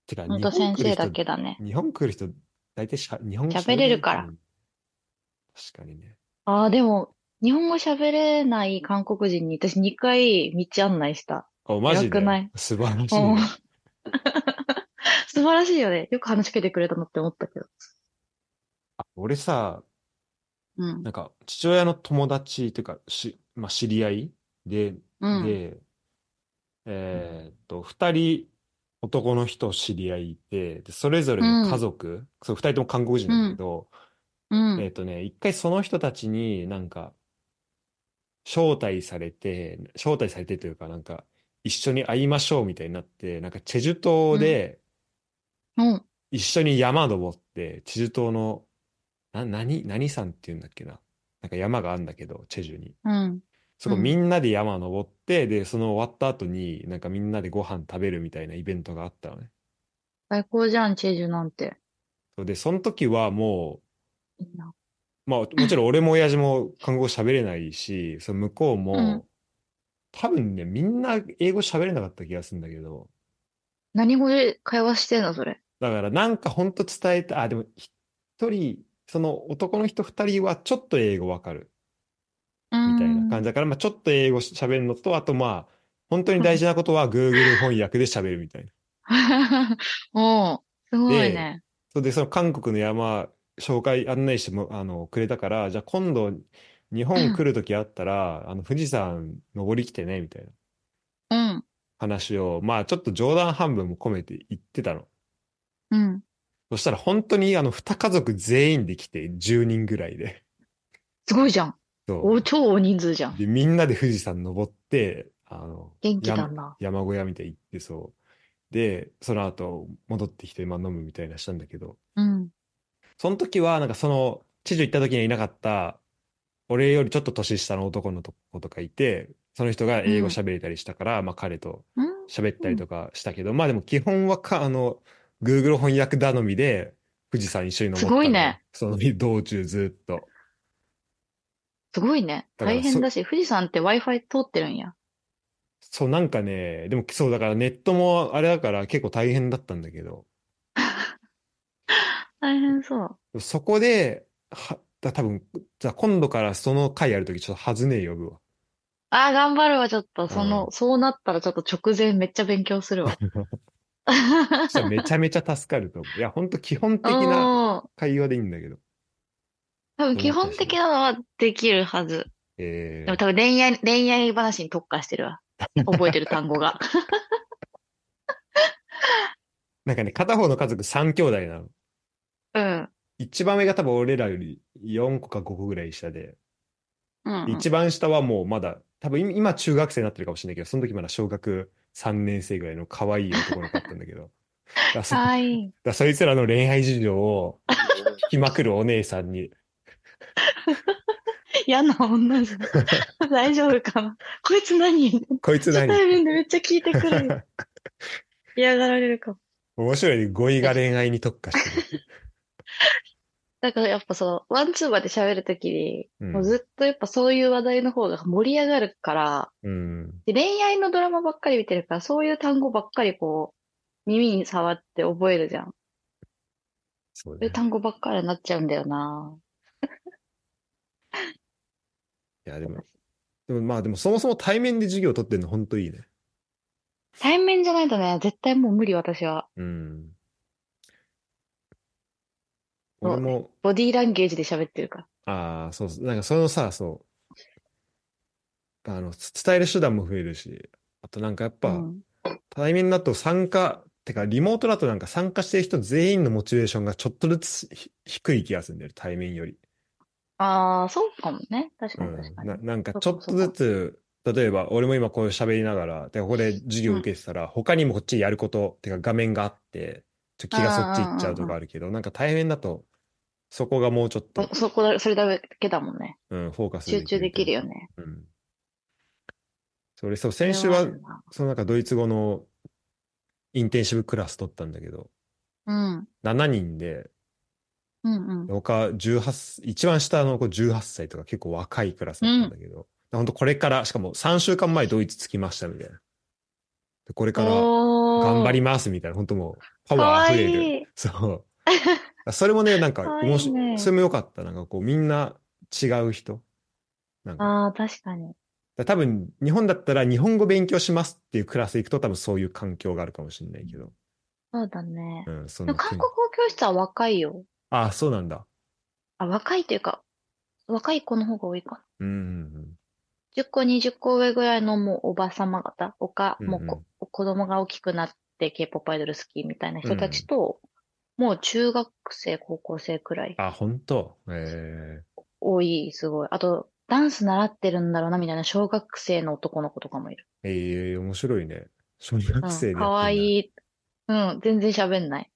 Speaker 2: てか、
Speaker 1: ほん
Speaker 2: 日
Speaker 1: と
Speaker 2: 本
Speaker 1: 先
Speaker 2: 来る
Speaker 1: 生だ
Speaker 2: 人、
Speaker 1: けだね。
Speaker 2: 日本来る人、大体しゃ、日本語
Speaker 1: 喋れるから
Speaker 2: 喋れる。確かにね。
Speaker 1: あああ、でも、日本語喋れない韓国人に私2回道案内した。
Speaker 2: あ、マジ
Speaker 1: 偉くない
Speaker 2: で素晴らしい
Speaker 1: うん
Speaker 2: ね。
Speaker 1: 素晴らしいよね。よく話しかけてくれたなって思ったけど。
Speaker 2: あ俺さ、
Speaker 1: うん。
Speaker 2: なんか、父親の友達っていうか、し、まあ、知り合いで、
Speaker 1: うん。
Speaker 2: で、えーっと、二人、男の人知り合いいて、で、それぞれの家族、そう、二人とも韓国人なんだけど、
Speaker 1: うん。
Speaker 2: えーっとね、一回その人たちになんか、招待されて、招待されてというか、なんか、一緒に会いましょうみたいになって、なんか、チェジュ島で、
Speaker 1: うん。
Speaker 2: 一緒に山登って、チェジュ島の、な、何、何山っていうんだっけな。なんか山があるんだけど、チェジュに。
Speaker 1: うん。
Speaker 2: そこ
Speaker 1: うん
Speaker 2: みんなで山登って、で、その終わった後に、なんかみんなでご飯食べるみたいなイベントがあったのね。
Speaker 1: 最高じゃん、チェジュなんて。
Speaker 2: そうで、その時はも
Speaker 1: いいな。
Speaker 2: う、まあ、もちろん俺も親父も韓国語喋れないし、その向こう
Speaker 1: うん
Speaker 2: も、多分ね、みんな英語喋れなかった気がするんだけど、
Speaker 1: 何語で会話してんの、それ。
Speaker 2: だからなんかほんと伝えた、あ、でも一人、その男の人二人はちょっと英語わかる。みたいな感じだから、まあちょっと英語し喋るのと、あとまあ、本当に大事なことは Google 翻訳で喋るみたいな。
Speaker 1: うん。 おう、すごいね。
Speaker 2: それで、その韓国の山、紹介案内しても、あの、くれたから、じゃあ今度、日本来る時あったら、あの、富士山登り来てね、みたいな
Speaker 1: うん。
Speaker 2: 話を、まあちょっと冗談半分も込めて言ってたの。
Speaker 1: うん。
Speaker 2: そしたら本当にあの、二家族全員で来て、10人ぐらいで。
Speaker 1: すごいじゃん。
Speaker 2: そ
Speaker 1: お、
Speaker 2: う。
Speaker 1: 超大人数じゃん。
Speaker 2: で、みんなで富士山登って、あの、
Speaker 1: 元気だ
Speaker 2: 山
Speaker 1: な。
Speaker 2: 山小屋みたいに行ってそう。で、その後戻ってきて、まあ、飲むみたいなしたんだけど、
Speaker 1: うん。
Speaker 2: その時は、なんかその、知事行った時にはいなかった、俺よりちょっと年下の男の子とかいて、その人が英語喋れたりしたから、まあ彼と
Speaker 1: うん。
Speaker 2: 喋ったりとかしたけど、まあでも基本はか、あの、Google 翻訳頼みで、富士山一緒に登ったの
Speaker 1: すごいね。
Speaker 2: その日道中ずっと。
Speaker 1: すごいね。
Speaker 2: だから
Speaker 1: 大変だし、富士山って Wi-Fi 通ってるんや。
Speaker 2: そう、なんかね、でもそう、だからネットもあれだから結構大変だったんだけど、
Speaker 1: 大変そう。
Speaker 2: そこで、は、だ多分、じゃあ今度からその回やるときちょっとはずね呼ぶわ。
Speaker 1: ああ、頑張るわ、ちょっと。そ
Speaker 2: うん
Speaker 1: の、そうなったらちょっと直前めっちゃ勉強するわ。
Speaker 2: そしたらめちゃめちゃ助かると思う。いや、ほんと基本 的な
Speaker 1: おー
Speaker 2: 会話でいいんだけど。
Speaker 1: 多分基本的なのはできるはず。
Speaker 2: え
Speaker 1: でも
Speaker 2: ー、
Speaker 1: 多分恋愛、恋愛話に特化してる わ。覚えてる単語が。
Speaker 2: なんかね、片方の家族3兄弟なの。
Speaker 1: うん。
Speaker 2: 一番上が多分俺らより4個か5個ぐらい下で、
Speaker 1: うんうん。
Speaker 2: 一番下はもうまだ、多分今今中学生になってるかもしれないけど、その時まだ小学3年生ぐらいの可愛い男の子だったんだ けど。だそ
Speaker 1: かわいい。
Speaker 2: だそいつらの恋愛事情を聞きまくるお姉さん に、
Speaker 1: 嫌な女じゃん。 大丈夫かな。こいつ何
Speaker 2: こいつ
Speaker 1: 初
Speaker 2: 何
Speaker 1: 対面でめっちゃ聞いてく る。嫌がられるかも。
Speaker 2: 面白いね。語彙が恋愛に特化してる。
Speaker 1: だからやっぱその、ワンツーバーで喋るときに、
Speaker 2: うん
Speaker 1: もうずっとやっぱそういう話題の方が盛り上がるから、
Speaker 2: うん。
Speaker 1: で恋愛のドラマばっかり見てるから、そういう単語ばっかりこう、耳に触って覚えるじゃん。そ
Speaker 2: そう
Speaker 1: うい
Speaker 2: ね
Speaker 1: う。単語ばっかりになっちゃうんだよな。
Speaker 2: いや、でも、でもまあでもそもそも対面で授業を取ってるの本当いいね。
Speaker 1: 対面じゃないとね、絶対もう無理私は。
Speaker 2: うん。
Speaker 1: そう
Speaker 2: 俺も、
Speaker 1: ボディーランゲージで喋ってるから。
Speaker 2: ああ、そうそう、なんかそのさ、そう、あの、つ伝える手段も増えるし、あとなんかやっ
Speaker 1: う
Speaker 2: ぱ、
Speaker 1: ん、
Speaker 2: 対面だと参加、てかリモートだとなんか参加してる人全員のモチベーションがちょっとずつひ低い気がするんだよ、対面より。
Speaker 1: ああ、そうかもね。確か
Speaker 2: う
Speaker 1: に確
Speaker 2: ん
Speaker 1: かに。
Speaker 2: な、なんか
Speaker 1: そう
Speaker 2: ちょ
Speaker 1: か
Speaker 2: っとずつ、例えば俺も今こう喋りながら、で、ここで授業受けてたら、他にもこっちやること、てか画面があって、ちょっと気がそっち行っちゃうとかあるけど、なんか対面だと、そこがもうちょっと、
Speaker 1: そ、そこだ、それだけだもんね。
Speaker 2: うん、フォーカス
Speaker 1: 集中できる
Speaker 2: よ。
Speaker 1: よね。
Speaker 2: うん。それ、そう、先週
Speaker 1: そ
Speaker 2: は
Speaker 1: れ、は
Speaker 2: そのなんかドイツ語のインテンシブクラス取ったんだけど、
Speaker 1: あるな
Speaker 2: 7人で、
Speaker 1: うん。うんうん。
Speaker 2: 他18、一番下の子18歳とか結構若いクラスだったんだけど、ほんとこれから、しかも3週間前ドイツ着きましたみたいな。でこれから頑
Speaker 1: おー
Speaker 2: 張りますみたいな、本当もうパワー溢れ
Speaker 1: かわいい
Speaker 2: る。 そう。それもね、なんか、
Speaker 1: かわいいね
Speaker 2: 面白い、それも良かった。なんかこうみんな違う人。なんか
Speaker 1: ああ、確かに。
Speaker 2: だから多分、日本だったら日本語勉強しますっていうクラス行くと多分そういう環境があるかもしれないけど。
Speaker 1: そうだね。
Speaker 2: うん、そ
Speaker 1: で
Speaker 2: の
Speaker 1: も韓国語教室は若いよ。
Speaker 2: ああ、そうなんだ。
Speaker 1: あ、若いというか、若い子の方が多いか
Speaker 2: うんうん
Speaker 1: な。10個、20個上ぐらいのもうおばさま方、おか、
Speaker 2: うんうん
Speaker 1: もうこ子供が大きくなって K-POP アイドル好きみたいな人たちと、もう中学生、高校生くらい
Speaker 2: うん。あ、本当え
Speaker 1: 多い、すごい。あと、ダンス習ってるんだろうな、みたいな小学生の男の子とかもいる。
Speaker 2: ー、えー、面白いね。小学生でやってんだ。
Speaker 1: かわいい。うん、全然喋んない。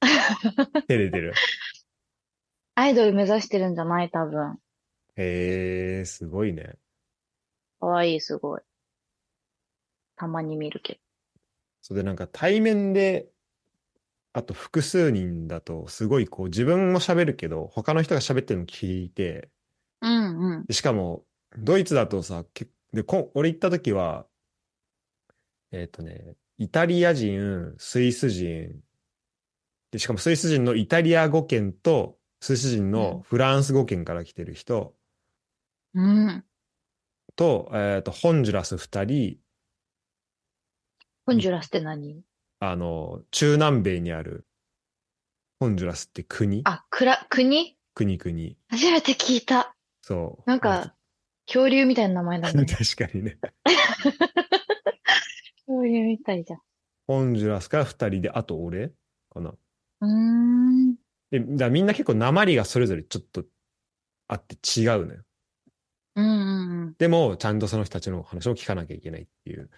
Speaker 2: 照れてる。
Speaker 1: アイドル目指してるんじゃない多分。
Speaker 2: えー、すごいね。
Speaker 1: かわいい、すごい。たまに見るけど。
Speaker 2: それでなんか対面で、あと複数人だと、すごいこう自分も喋るけど、他の人が喋ってるの聞いて、
Speaker 1: うんうん。
Speaker 2: でしかも、ドイツだとさ、けでこ俺行った時は、えっ、とね、イタリア人、スイス人、で、しかもスイス人のイタリア語圏と、スイス人のフランス語圏から来てる人
Speaker 1: うん。
Speaker 2: と、えっ、と、ホンジュラス二人、
Speaker 1: ホンジュラスって何
Speaker 2: あの、中南米にある、ホンジュラスって国
Speaker 1: あ、くら、国
Speaker 2: 国国。
Speaker 1: 初めて聞いた。
Speaker 2: そう。
Speaker 1: なんか、恐竜みたいな名前だ
Speaker 2: 確
Speaker 1: ね。
Speaker 2: かにね。
Speaker 1: 恐竜みたいじゃん。
Speaker 2: ホンジュラスから二人で、あと俺かな。
Speaker 1: うーん。
Speaker 2: で、だからみんな結構鉛がそれぞれちょっとあって違うのよ。
Speaker 1: うんうんうん。
Speaker 2: でも、ちゃんとその人たちの話を聞かなきゃいけないっていう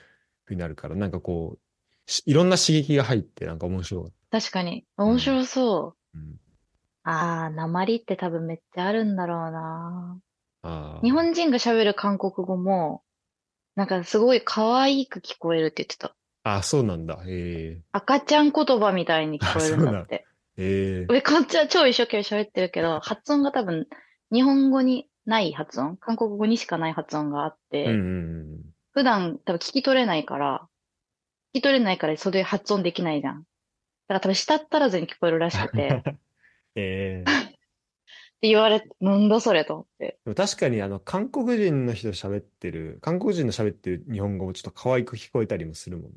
Speaker 2: ふうになるから、なんかこう、しいろんな刺激が入って、なんか面白かっ
Speaker 1: 確かに。面白そう。
Speaker 2: た。うん
Speaker 1: ああ、鉛って多分めっちゃあるんだろうな。
Speaker 2: あー
Speaker 1: 日本人が喋る韓国語も、なんかすごい可愛く聞こえるって言ってた。
Speaker 2: あー、そうなんだ。え
Speaker 1: 赤ちゃん言葉みたいに聞こえるんだって。
Speaker 2: えええ
Speaker 1: 俺こっちは超一生懸命喋ってるけど、発音が多分日本語にない発音、韓国語にしかない発音があって、
Speaker 2: うんうんうん。
Speaker 1: 普段多分聞き取れないから、聞き取れないからそれ発音できないじゃん。だから多分舌足らずに聞こえるらしく て、って
Speaker 2: ええ
Speaker 1: 言われ、なんだそれと思って。
Speaker 2: でも確かにあの、韓国人の人喋ってる、韓国人の喋ってる日本語もちょっと可愛く聞こえたりもするもんね。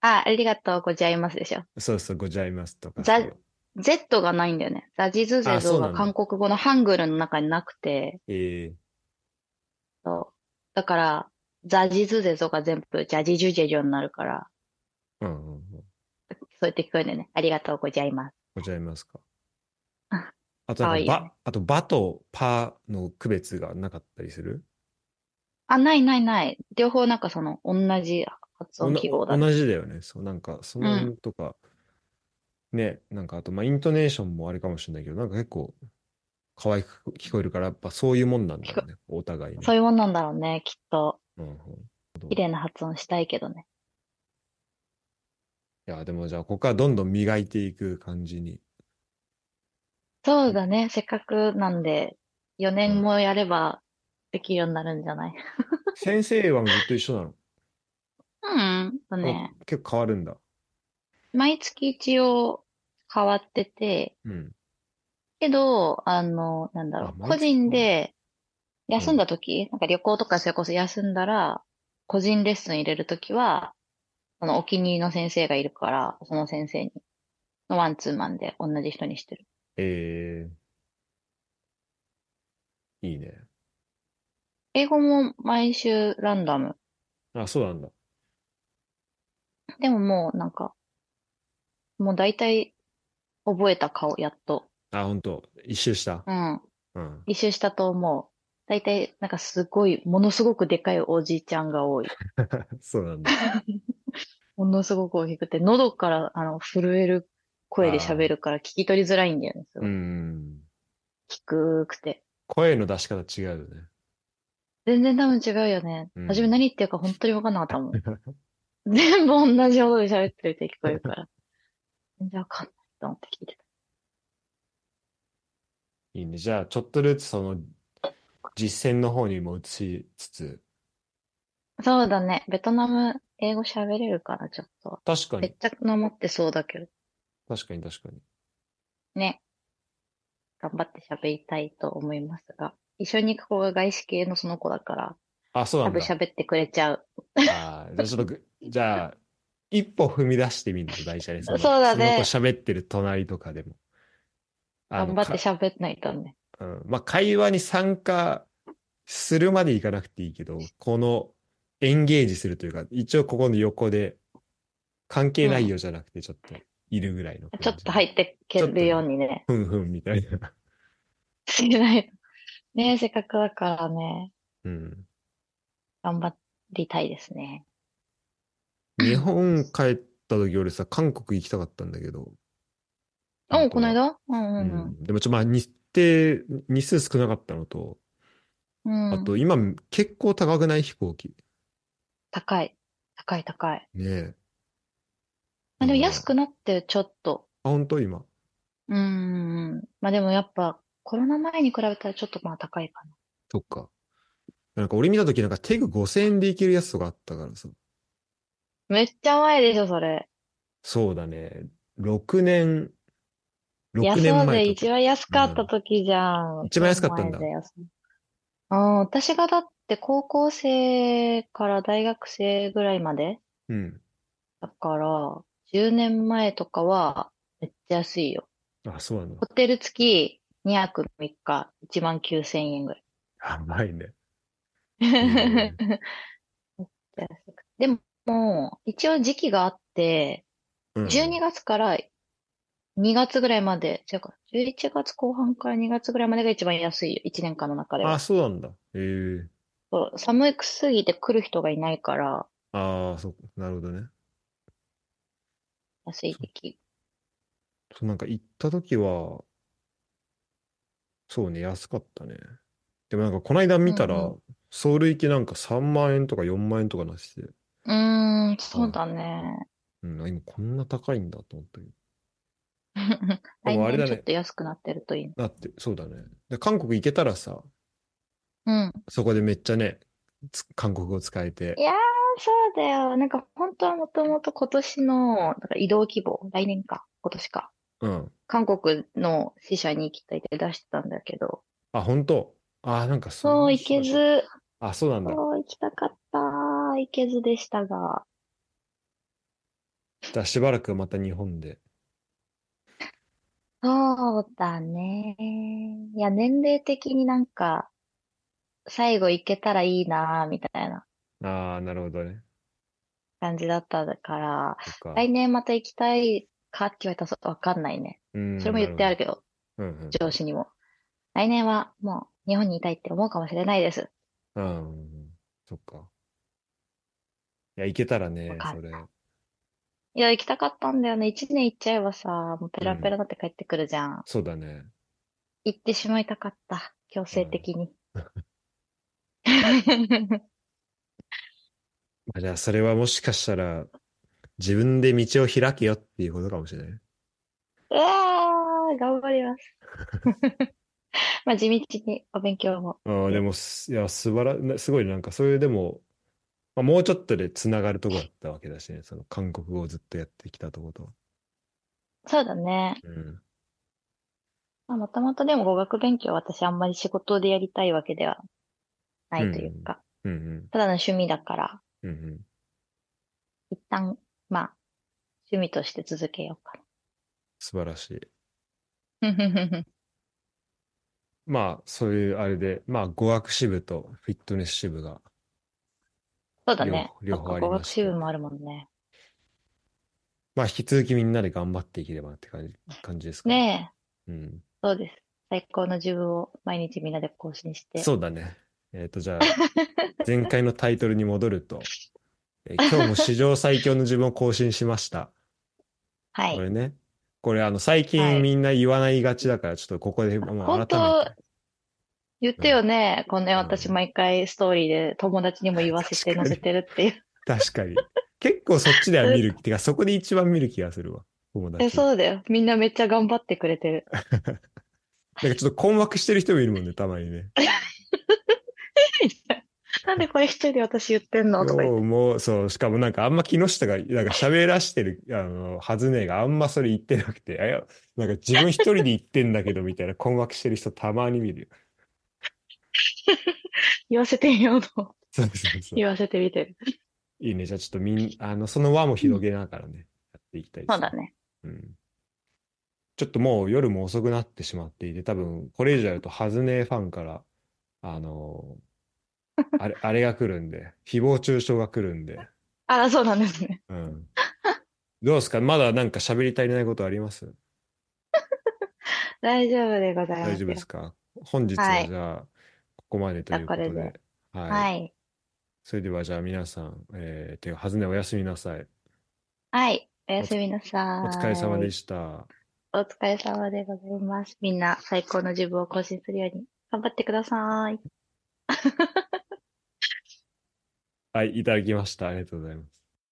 Speaker 1: あ、ありがとうございますでしょ。
Speaker 2: そうそう、ございますとか。
Speaker 1: ざ
Speaker 2: そう
Speaker 1: Z がないんだよね。ザジズゼ
Speaker 2: あそ
Speaker 1: ゾ
Speaker 2: うな
Speaker 1: が
Speaker 2: んだ
Speaker 1: 韓国語のハングルの中になくて、
Speaker 2: ええ
Speaker 1: そう。だから、ザジズゼゾが全部ジャジジュジェジョになるから、
Speaker 2: うんうんうん。
Speaker 1: そうやって聞こえるんだよね。ありがとうございます。
Speaker 2: ございますか
Speaker 1: あ。
Speaker 2: あとな
Speaker 1: 可
Speaker 2: んか
Speaker 1: 愛い
Speaker 2: ば、あと、ばとパの区別がなかったりする
Speaker 1: あ、ないないない。両方なんかその、同じ発音記号だ
Speaker 2: お
Speaker 1: ね。
Speaker 2: な同じだよね。そう、なんか、その辺とか、ね、なんか、あと、まあ、イントネーションもあれかもしれないけど、なんか結構、可愛く聞こえるから、やっぱそういうもんなんだろうね。お互いね。
Speaker 1: そういうもんなんだろうね、きっと。
Speaker 2: うんうんい
Speaker 1: 綺麗な発音したいけどね。
Speaker 2: や、でもじゃあ、ここからどんどん磨いていく感じに。
Speaker 1: そうだね、せっかくなんで、4年もやればできるようになるんじゃない
Speaker 2: 先生はずっと一緒なの
Speaker 1: うん、だね。
Speaker 2: あ結構変わるんだ。
Speaker 1: 毎月一応変わってて、
Speaker 2: うん。
Speaker 1: けど、あの、なんだろう、
Speaker 2: あ
Speaker 1: 個人
Speaker 2: 毎月
Speaker 1: で休んだ時、なんか旅行とかそれこそ休んだら、個人レッスン入れるときは、そのお気に入りの先生がいるから、その先生に、のワンツーマンで同じ人にしてる。
Speaker 2: ええいいね。
Speaker 1: 英語も毎週ランダム。
Speaker 2: あ、そうなんだ。
Speaker 1: でももうなんか、もう大体覚えた顔、やっと。
Speaker 2: あ、本当一周した。
Speaker 1: うん。
Speaker 2: うん。
Speaker 1: 一周したと思う。大体、なんかすごい、ものすごくでかいおじいちゃんが多い。
Speaker 2: そうなんだ。
Speaker 1: ものすごく大きくて、喉からあの震える声で喋るから聞き取りづらいんだよね。すご
Speaker 2: う
Speaker 1: い
Speaker 2: ん。
Speaker 1: 低くて。
Speaker 2: 声の出し方違うよね。
Speaker 1: 全然多分違うよね
Speaker 2: うん。
Speaker 1: 初め何言ってるか本当に分かんなかったもん。全部同じ音で喋ってるって聞こえるから。全然分かんないと思って聞いて
Speaker 2: いいね。じゃあ、ちょっとずつその、実践の方にも移しつつ、
Speaker 1: た。そうだね。ベトナム英語喋れるから、ちょっと。
Speaker 2: 確か
Speaker 1: めっ
Speaker 2: に、
Speaker 1: ちゃなまってそうだけど。
Speaker 2: 確かに確かに。
Speaker 1: ね。頑張って喋りたいと思いますが、一緒に行く子が外資系のその子だから、
Speaker 2: あ、そうな
Speaker 1: 多
Speaker 2: ん
Speaker 1: 分
Speaker 2: だ。
Speaker 1: 喋ってくれちゃう。
Speaker 2: あーじゃあちょっとぐ、じゃあ、一歩踏み出してみるの大事だね。の
Speaker 1: そうだね
Speaker 2: その子喋ってる隣とかでも。あ
Speaker 1: 頑
Speaker 2: の
Speaker 1: 張って
Speaker 2: か
Speaker 1: 喋んないとね。
Speaker 2: うん、まあ、会話に参加するまでいかなくていいけど、このエンゲージするというか、一応ここの横で、関係ないよじゃなくて、ちょっといるぐらいの感じ
Speaker 1: ちょっと入ってけるようにね。
Speaker 2: ふんふんみたいな。
Speaker 1: しない。ねえ、せっかくだからね、
Speaker 2: うん。
Speaker 1: 頑張りたいですね。
Speaker 2: 日本帰った時俺さ、韓国行きたかったんだけど。
Speaker 1: お、この間うんう
Speaker 2: うんん。でもちょ、まあ日程、日数少なかったのと、
Speaker 1: うん。
Speaker 2: あ
Speaker 1: うん
Speaker 2: と今結構高くない飛行機。
Speaker 1: 高い。高い高い。
Speaker 2: ねえ。
Speaker 1: まあでも安くなってる、ちょっと。
Speaker 2: あ、本当今。
Speaker 1: うーん。まあでもやっぱ、コロナ前に比べたらちょっとまあ高いかな。
Speaker 2: そっか。なんか俺見た時なんかテグ5000円で行けるやつとかあったからさ。
Speaker 1: めっちゃ前でしょ、それ。
Speaker 2: そうだね。6年、6
Speaker 1: 安
Speaker 2: 年
Speaker 1: そうで
Speaker 2: 前と
Speaker 1: 一
Speaker 2: か。
Speaker 1: 番安かった時じゃん。
Speaker 2: 一番安かったんだ
Speaker 1: 前で安いうん、私がだって高校生から大学生ぐらいまで
Speaker 2: うん。
Speaker 1: だから、10年前とかはめっちゃ安いよ。
Speaker 2: あ、そうなんだ
Speaker 1: ホ。テル付き2泊3日、1万9000円ぐらい。
Speaker 2: やばいね。
Speaker 1: めっちゃ安くでも、もう一応時期があって、
Speaker 2: うん
Speaker 1: 12月から2月ぐらいまで、違うか、11月後半から2月ぐらいまでが一番安いよ、1年間の中では
Speaker 2: あ、。そうなんだ。ええ
Speaker 1: そう寒くすぎて来る人がいないから、
Speaker 2: ああ、そう、なるほどね。
Speaker 1: 安い時期。
Speaker 2: そう、なんか行った時は、そうね、安かったね。でもなんかこの間見た
Speaker 1: うん
Speaker 2: ら、ソウル行きなんか3万円とか4万円とかなして、
Speaker 1: うーん、そうだね。
Speaker 2: うん、今こんな高いんだと思ったけど。
Speaker 1: 来
Speaker 2: もあれだ
Speaker 1: 年
Speaker 2: ね
Speaker 1: ちょっと安くなってるといいね。
Speaker 2: だって、そうだね。で、韓国行けたらさ、
Speaker 1: うん。
Speaker 2: そこでめっちゃね、つ韓国語使えて
Speaker 1: い、やー、そうだよ。なんか本当はもともと今年のなんか移動希望、来年か、今年か、
Speaker 2: うん。
Speaker 1: 韓国の支社に行きたいって出してたんだけど、
Speaker 2: あ、本当。あ、なんか
Speaker 1: そう
Speaker 2: う、
Speaker 1: 行けず、
Speaker 2: あ、そうなんだ。
Speaker 1: そう行きたかった、行けずでしたが、
Speaker 2: じゃあしばらくまた日本で。
Speaker 1: そうだね。いや、年齢的になんか、最後行けたらいいなーみたいな
Speaker 2: ああ、なるほどね。
Speaker 1: 感じだったから、
Speaker 2: そっか。
Speaker 1: 来年また行きたいかって言われたらそうわかんないね。
Speaker 2: うん、
Speaker 1: それも言ってある
Speaker 2: け
Speaker 1: けど、
Speaker 2: ど。うん、うん。
Speaker 1: 上司にも。来年はもう日本にいたいって思うかもしれないです。
Speaker 2: うん、そっか。いや、行けたらね
Speaker 1: わ、か
Speaker 2: それ。
Speaker 1: いや、行きたかったんだよね。一年行っちゃえばさ、もうペラペラになって帰ってくるじゃん。
Speaker 2: そうだね。
Speaker 1: 行ってしまいたかった。強制的に。
Speaker 2: まあじゃあ、それはもしかしたら、自分で道を開けよっていうことかもしれない。
Speaker 1: うわー、頑張ります。 まあ、地道にお勉強も。
Speaker 2: ああ、でもす、いや、素晴らな、すごいなんか、それでも、まあ、もうちょっとでつながるとこだったわけだしね、その韓国語をずっとやってきたとことは。
Speaker 1: そうだね。
Speaker 2: うん。
Speaker 1: まあ、もともとでも語学勉強は私あんまり仕事でやりたいわけではないというか、
Speaker 2: うんうん。
Speaker 1: ただの趣味だから、
Speaker 2: うんうん。
Speaker 1: 一旦、まあ、趣味として続けようか
Speaker 2: 素晴らしい。
Speaker 1: な。
Speaker 2: まあ、そういうあれで、まあ、語学支部とフィットネス支部が、
Speaker 1: そうだね。
Speaker 2: 両方両方あり
Speaker 1: 語
Speaker 2: ま
Speaker 1: 学
Speaker 2: して
Speaker 1: 支部もあるもんね。
Speaker 2: まあ、引き続きみんなで頑張っていければって感じ、感じですかね。
Speaker 1: ね
Speaker 2: うん。
Speaker 1: え、そうです。最高の自分を毎日みんなで更新して。
Speaker 2: そうだね。えっと、じゃあ、前回のタイトルに戻ると、えー今日も史上最強の自分を更新しました。
Speaker 1: は
Speaker 2: こ
Speaker 1: い。
Speaker 2: れね。これ、あの、最
Speaker 1: はい
Speaker 2: 近みんな言わないがちだから、ちょっとここで、もう
Speaker 1: 本
Speaker 2: 改め
Speaker 1: 当
Speaker 2: て。、
Speaker 1: 言ってよね。このね、
Speaker 2: うん
Speaker 1: 私毎回ストーリーで友達にも言わせて
Speaker 2: 確か
Speaker 1: 載
Speaker 2: に
Speaker 1: せてるっていう。
Speaker 2: 確かに。結構そっちでは見 る。てか、そこで一番見る気がするわ。友
Speaker 1: え、
Speaker 2: 達。
Speaker 1: そうだよ。みんなめっちゃ頑張ってくれてる。
Speaker 2: なんかちょっと困惑してる人もいるもんね、たまにね。
Speaker 1: なんでこれ一人で私言ってんのとか言っ
Speaker 2: ようもう、そう、しかもなんかあんま木下が、なんか喋らしてる、あの、はずねがあんまそれ言ってなくて、あいや、なんか自分一人で言ってんだけど、みたいな困惑してる人たまに見るよ。
Speaker 1: て、言わせてみようと、
Speaker 2: そうそうそう。
Speaker 1: 言わせてみてる。
Speaker 2: いいね。じゃあちょっとみん、あの、その輪も広げながらね、やっていきたいです
Speaker 1: そうだね。
Speaker 2: うんちょっともう夜も遅くなってしまっていて、多分これ以上やると、ハズネファンから、あ のーあれ、あれが来るんで、誹謗中傷が来るんで、
Speaker 1: あら、そうなんですね。
Speaker 2: うん。どうですかまだなんか喋り足りないことあります
Speaker 1: 大丈夫でございますよ。
Speaker 2: 大丈夫ですか本日
Speaker 1: は
Speaker 2: はいじゃあ、ここまでということで。
Speaker 1: じゃあこ
Speaker 2: はい。
Speaker 1: はい。
Speaker 2: それではじゃあ皆さん、えー、てか、ハズネおやすみなさい。
Speaker 1: はい。おやすみなさ
Speaker 2: お
Speaker 1: い。
Speaker 2: 疲れ様でした。
Speaker 1: お疲れ様でございます。みんな最高の自分を更新するように頑張ってください。
Speaker 2: はい、いただきました。ありがとうございます。